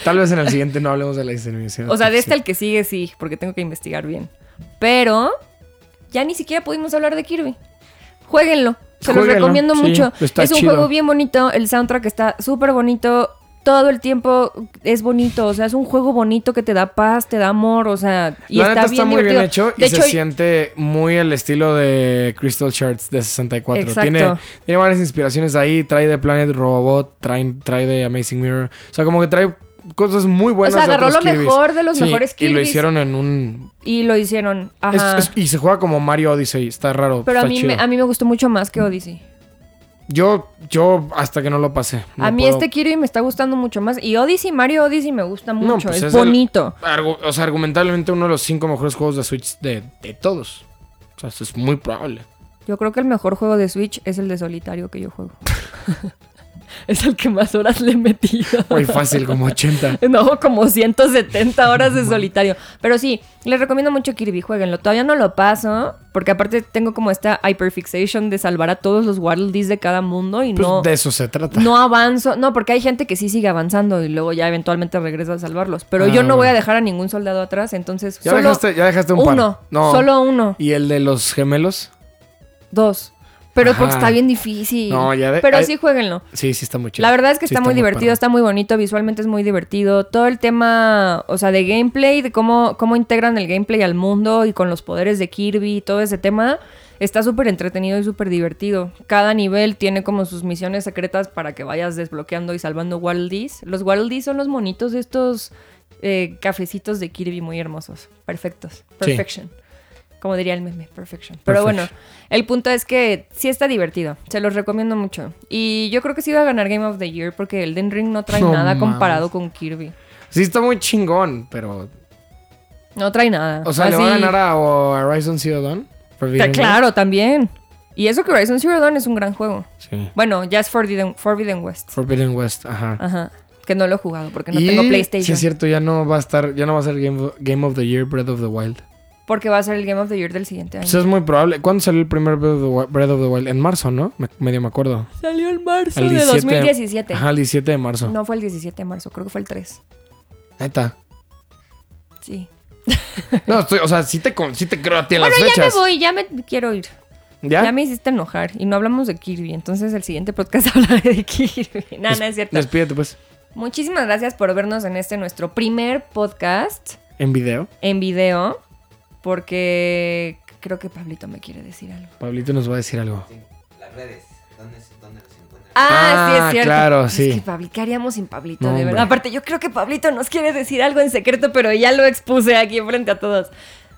Speaker 2: Tal vez en el siguiente no hablemos de la inseminación.
Speaker 1: O sea, de este al que sigue sí, porque tengo que investigar bien. Pero ya ni siquiera pudimos hablar de Kirby. Jueguenlo, se los
Speaker 2: Juéguenlo,
Speaker 1: recomiendo
Speaker 2: sí,
Speaker 1: mucho.
Speaker 2: está
Speaker 1: es un
Speaker 2: chido.
Speaker 1: juego bien bonito, el soundtrack está súper bonito. Todo el tiempo es bonito, o sea, es un juego bonito que te da paz, te da amor, o sea, y
Speaker 2: la
Speaker 1: está,
Speaker 2: neta
Speaker 1: bien
Speaker 2: está muy
Speaker 1: divertido.
Speaker 2: bien hecho y
Speaker 1: de
Speaker 2: se
Speaker 1: hecho,
Speaker 2: siente muy el estilo de Crystal Shards de 64.
Speaker 1: Exacto.
Speaker 2: Tiene, tiene varias inspiraciones ahí. Trae de Planet Robot, trae, trae de Amazing Mirror. O sea, como que trae cosas muy buenas.
Speaker 1: O sea,
Speaker 2: de
Speaker 1: agarró
Speaker 2: otros
Speaker 1: lo
Speaker 2: Kirbys.
Speaker 1: mejor de los
Speaker 2: Sí,
Speaker 1: mejores
Speaker 2: Y lo
Speaker 1: Kirbys.
Speaker 2: hicieron en un
Speaker 1: y lo hicieron.
Speaker 2: Es-
Speaker 1: Ajá.
Speaker 2: es- y se juega como Mario Odyssey, está raro.
Speaker 1: Pero a
Speaker 2: está
Speaker 1: mí,
Speaker 2: chido.
Speaker 1: me, a mí me gustó mucho más que Odyssey.
Speaker 2: Yo, yo hasta que no lo pasé.
Speaker 1: a
Speaker 2: no
Speaker 1: mí
Speaker 2: puedo-
Speaker 1: este Kirby me está gustando mucho más. Y Odyssey, Mario Odyssey me gusta mucho.
Speaker 2: No, pues
Speaker 1: es,
Speaker 2: es el-
Speaker 1: bonito.
Speaker 2: Argu- o sea, argumentablemente uno de los cinco mejores juegos de Switch de, de todos. O sea, eso es muy probable.
Speaker 1: Yo creo que el mejor juego de Switch es el de solitario que yo juego. es el que más horas le he metido.
Speaker 2: Muy fácil, como 80.
Speaker 1: No, como 170 horas de solitario. Pero sí, les recomiendo mucho Kirby, jueguenlo. Todavía no lo paso, porque aparte tengo como esta hyperfixation de salvar a todos los Waddle Dees de cada mundo y
Speaker 2: Pues
Speaker 1: no...
Speaker 2: de eso se trata.
Speaker 1: no avanzo. No, porque hay gente que sí sigue avanzando y luego ya eventualmente regresa a salvarlos. Pero
Speaker 2: Ah,
Speaker 1: yo no voy a
Speaker 2: bueno.
Speaker 1: dejar a ningún soldado atrás, entonces
Speaker 2: ya,
Speaker 1: solo
Speaker 2: dejaste, ya dejaste un par.
Speaker 1: uno.
Speaker 2: No.
Speaker 1: Solo uno.
Speaker 2: ¿Y el de los gemelos?
Speaker 1: Dos. Pero porque
Speaker 2: Ajá.
Speaker 1: está bien difícil.
Speaker 2: No, ya de-
Speaker 1: Pero
Speaker 2: ay-
Speaker 1: sí jueguenlo.
Speaker 2: Sí, sí está muy chido.
Speaker 1: La verdad es que
Speaker 2: Sí
Speaker 1: está, muy divertido,
Speaker 2: perro.
Speaker 1: está muy bonito, visualmente es muy divertido. Todo el tema, o sea, de gameplay, de cómo, cómo integran el gameplay al mundo y con los poderes de Kirby y todo ese tema, está súper entretenido y súper divertido. Cada nivel tiene como sus misiones secretas para que vayas desbloqueando y salvando Waldies. Los Waldies son los monitos de estos eh, cafecitos de Kirby muy hermosos, perfectos, perfection. Como diría el meme, perfection. Pero bueno, el punto es que sí está divertido. Se los recomiendo mucho. Y yo creo que sí va a ganar Game of the Year porque Elden Ring no trae
Speaker 2: No
Speaker 1: nada
Speaker 2: mames.
Speaker 1: comparado con Kirby.
Speaker 2: Sí está muy chingón, pero...
Speaker 1: No trae nada.
Speaker 2: O sea, ¿le
Speaker 1: Así-
Speaker 2: va a ganar a, o a Horizon Zero Dawn?
Speaker 1: Ta-
Speaker 2: Forbidden
Speaker 1: Ah, Claro, también. Y eso que Horizon Zero Dawn es un gran juego.
Speaker 2: West? Sí.
Speaker 1: Bueno, ya es Forbidden, Forbidden West.
Speaker 2: Forbidden West, ajá.
Speaker 1: Ajá. Ah, Que no lo he jugado porque no
Speaker 2: Y,
Speaker 1: tengo
Speaker 2: Sí,
Speaker 1: PlayStation.
Speaker 2: es cierto, ya no va a estar, ya no va a ser Game of, Game of the Year Breath of the Wild.
Speaker 1: porque va a ser el Game of the Year del siguiente año.
Speaker 2: Pues es muy probable. ¿Cuándo salió el primer Breath of the, Wi- Breath of the Wild? En marzo, ¿no? Me- medio me acuerdo.
Speaker 1: Salió en marzo
Speaker 2: El
Speaker 1: de
Speaker 2: 17.
Speaker 1: 2017.
Speaker 2: Ajá, el 17 de marzo.
Speaker 1: No fue el 17 de marzo, creo que fue el 3.
Speaker 2: Neta.
Speaker 1: Sí.
Speaker 2: No, estoy, o sea, sí te, con- sí te creo a ti en
Speaker 1: Bueno, ya
Speaker 2: las
Speaker 1: me
Speaker 2: fechas.
Speaker 1: voy, ya me quiero ir.
Speaker 2: ¿Ya?
Speaker 1: Ya me hiciste enojar y no hablamos de Kirby, entonces el siguiente podcast hablaré de Kirby. Nada,
Speaker 2: Des-
Speaker 1: no es cierto.
Speaker 2: Despídete, pues.
Speaker 1: Muchísimas gracias por vernos en este nuestro primer podcast
Speaker 2: En video.
Speaker 1: en video, porque creo que Pablito me quiere decir algo.
Speaker 2: Pablito nos va a decir algo.
Speaker 5: Sí, las redes, ¿dónde, se- dónde los encuentran?
Speaker 1: Ah, sí,
Speaker 2: Ah,
Speaker 1: es cierto.
Speaker 2: claro,
Speaker 1: Es
Speaker 2: sí.
Speaker 1: que Pabli- ¿qué haríamos sin Pablito,
Speaker 2: No,
Speaker 1: de
Speaker 2: hombre.
Speaker 1: verdad? Aparte, yo creo que Pablito nos quiere decir algo en secreto, pero ya lo expuse aquí frente a todos.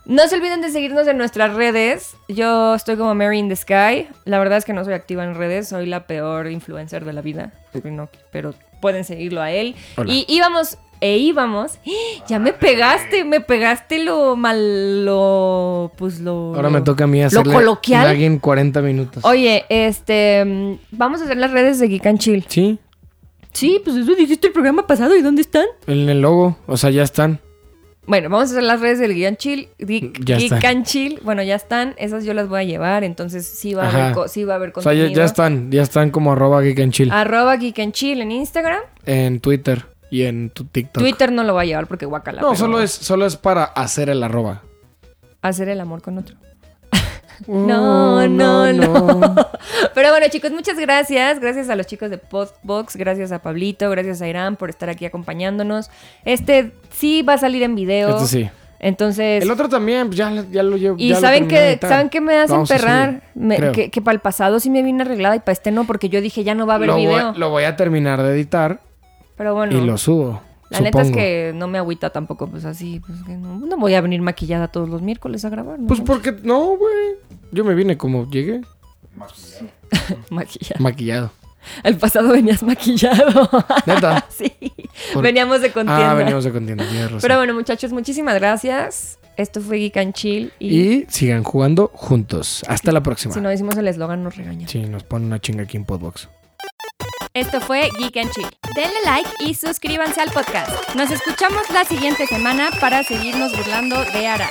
Speaker 1: No se olviden de seguirnos en nuestras redes. Yo estoy como Mary in the Sky. La verdad es que no soy activa en redes, soy la peor influencer de la vida. Pero, no- pero pueden seguirlo a él.
Speaker 2: Hola.
Speaker 1: Y íbamos, e íbamos. ¡Ah! Ya me pegaste, me pegaste lo mal, lo, pues lo...
Speaker 2: Ahora me
Speaker 1: lo-
Speaker 2: toca a mí hacerle
Speaker 1: coloquial?
Speaker 2: lagging 40 minutos.
Speaker 1: Oye, este, mm, vamos a hacer las redes de Geek and Chill.
Speaker 2: Sí,
Speaker 1: Sí, pues eso dijiste el programa pasado, ¿y dónde están?
Speaker 2: en el logo. O sea, ya están.
Speaker 1: Bueno, vamos a hacer las redes del Geek and Chill. Geek,
Speaker 2: Mm, Ya
Speaker 1: Geek
Speaker 2: están.
Speaker 1: and Chill, bueno, ya están, esas yo las voy a llevar, entonces sí va a
Speaker 2: Ajá.
Speaker 1: haber, co- sí va a haber
Speaker 2: O sea, ya,
Speaker 1: contenido. Ah.
Speaker 2: ya están. Ya están como arroba geek and chill.
Speaker 1: Arroba Geek and Chill en Instagram.
Speaker 2: En Twitter y en tu TikTok.
Speaker 1: Twitter no lo va a llevar porque guacala.
Speaker 2: No,
Speaker 1: pero
Speaker 2: solo es, solo es para hacer el arroba.
Speaker 1: Hacer el amor con otro.
Speaker 2: Uh,
Speaker 1: No, no, no. Pero bueno, chicos, muchas gracias. Gracias a los chicos de Podbox, gracias a Pablito, gracias a Irán por estar aquí acompañándonos. Este sí va a salir en video.
Speaker 2: Este sí.
Speaker 1: Entonces.
Speaker 2: El otro también, pues, ya, ya lo llevo.
Speaker 1: y
Speaker 2: ya lo
Speaker 1: saben
Speaker 2: terminé de
Speaker 1: que,
Speaker 2: editar.
Speaker 1: ¿saben que me hace
Speaker 2: Vamos a
Speaker 1: emperrar?
Speaker 2: subir,
Speaker 1: Me-
Speaker 2: creo.
Speaker 1: que para el pasado sí me vine arreglada y para este no, porque yo dije ya no va a haber
Speaker 2: lo,
Speaker 1: video.
Speaker 2: Voy, lo voy a terminar de editar
Speaker 1: Pero bueno.
Speaker 2: y lo subo.
Speaker 1: La neta es
Speaker 2: supongo.
Speaker 1: que no me agüita tampoco, pues así, pues que no, no voy a venir maquillada todos los miércoles a grabar. ¿no?
Speaker 2: Pues porque. No, güey. Yo me vine como llegué.
Speaker 3: Maquillado.
Speaker 1: maquillada.
Speaker 2: Maquillado.
Speaker 1: El pasado venías maquillado.
Speaker 2: Neta.
Speaker 1: sí.
Speaker 2: Por-
Speaker 1: Veníamos de contienda.
Speaker 2: Ah, venimos de contienda. tienes razón.
Speaker 1: Pero bueno, muchachos, muchísimas gracias. Esto fue Geek and Chill. Y,
Speaker 2: Y sigan jugando juntos. Hasta la próxima.
Speaker 1: si no decimos el eslogan, nos regañan.
Speaker 2: Sí, nos ponen una chinga aquí en Podbox.
Speaker 4: Esto fue Geek and Chill. Denle like y suscríbanse al podcast. Nos escuchamos la siguiente semana para seguirnos burlando de Ara.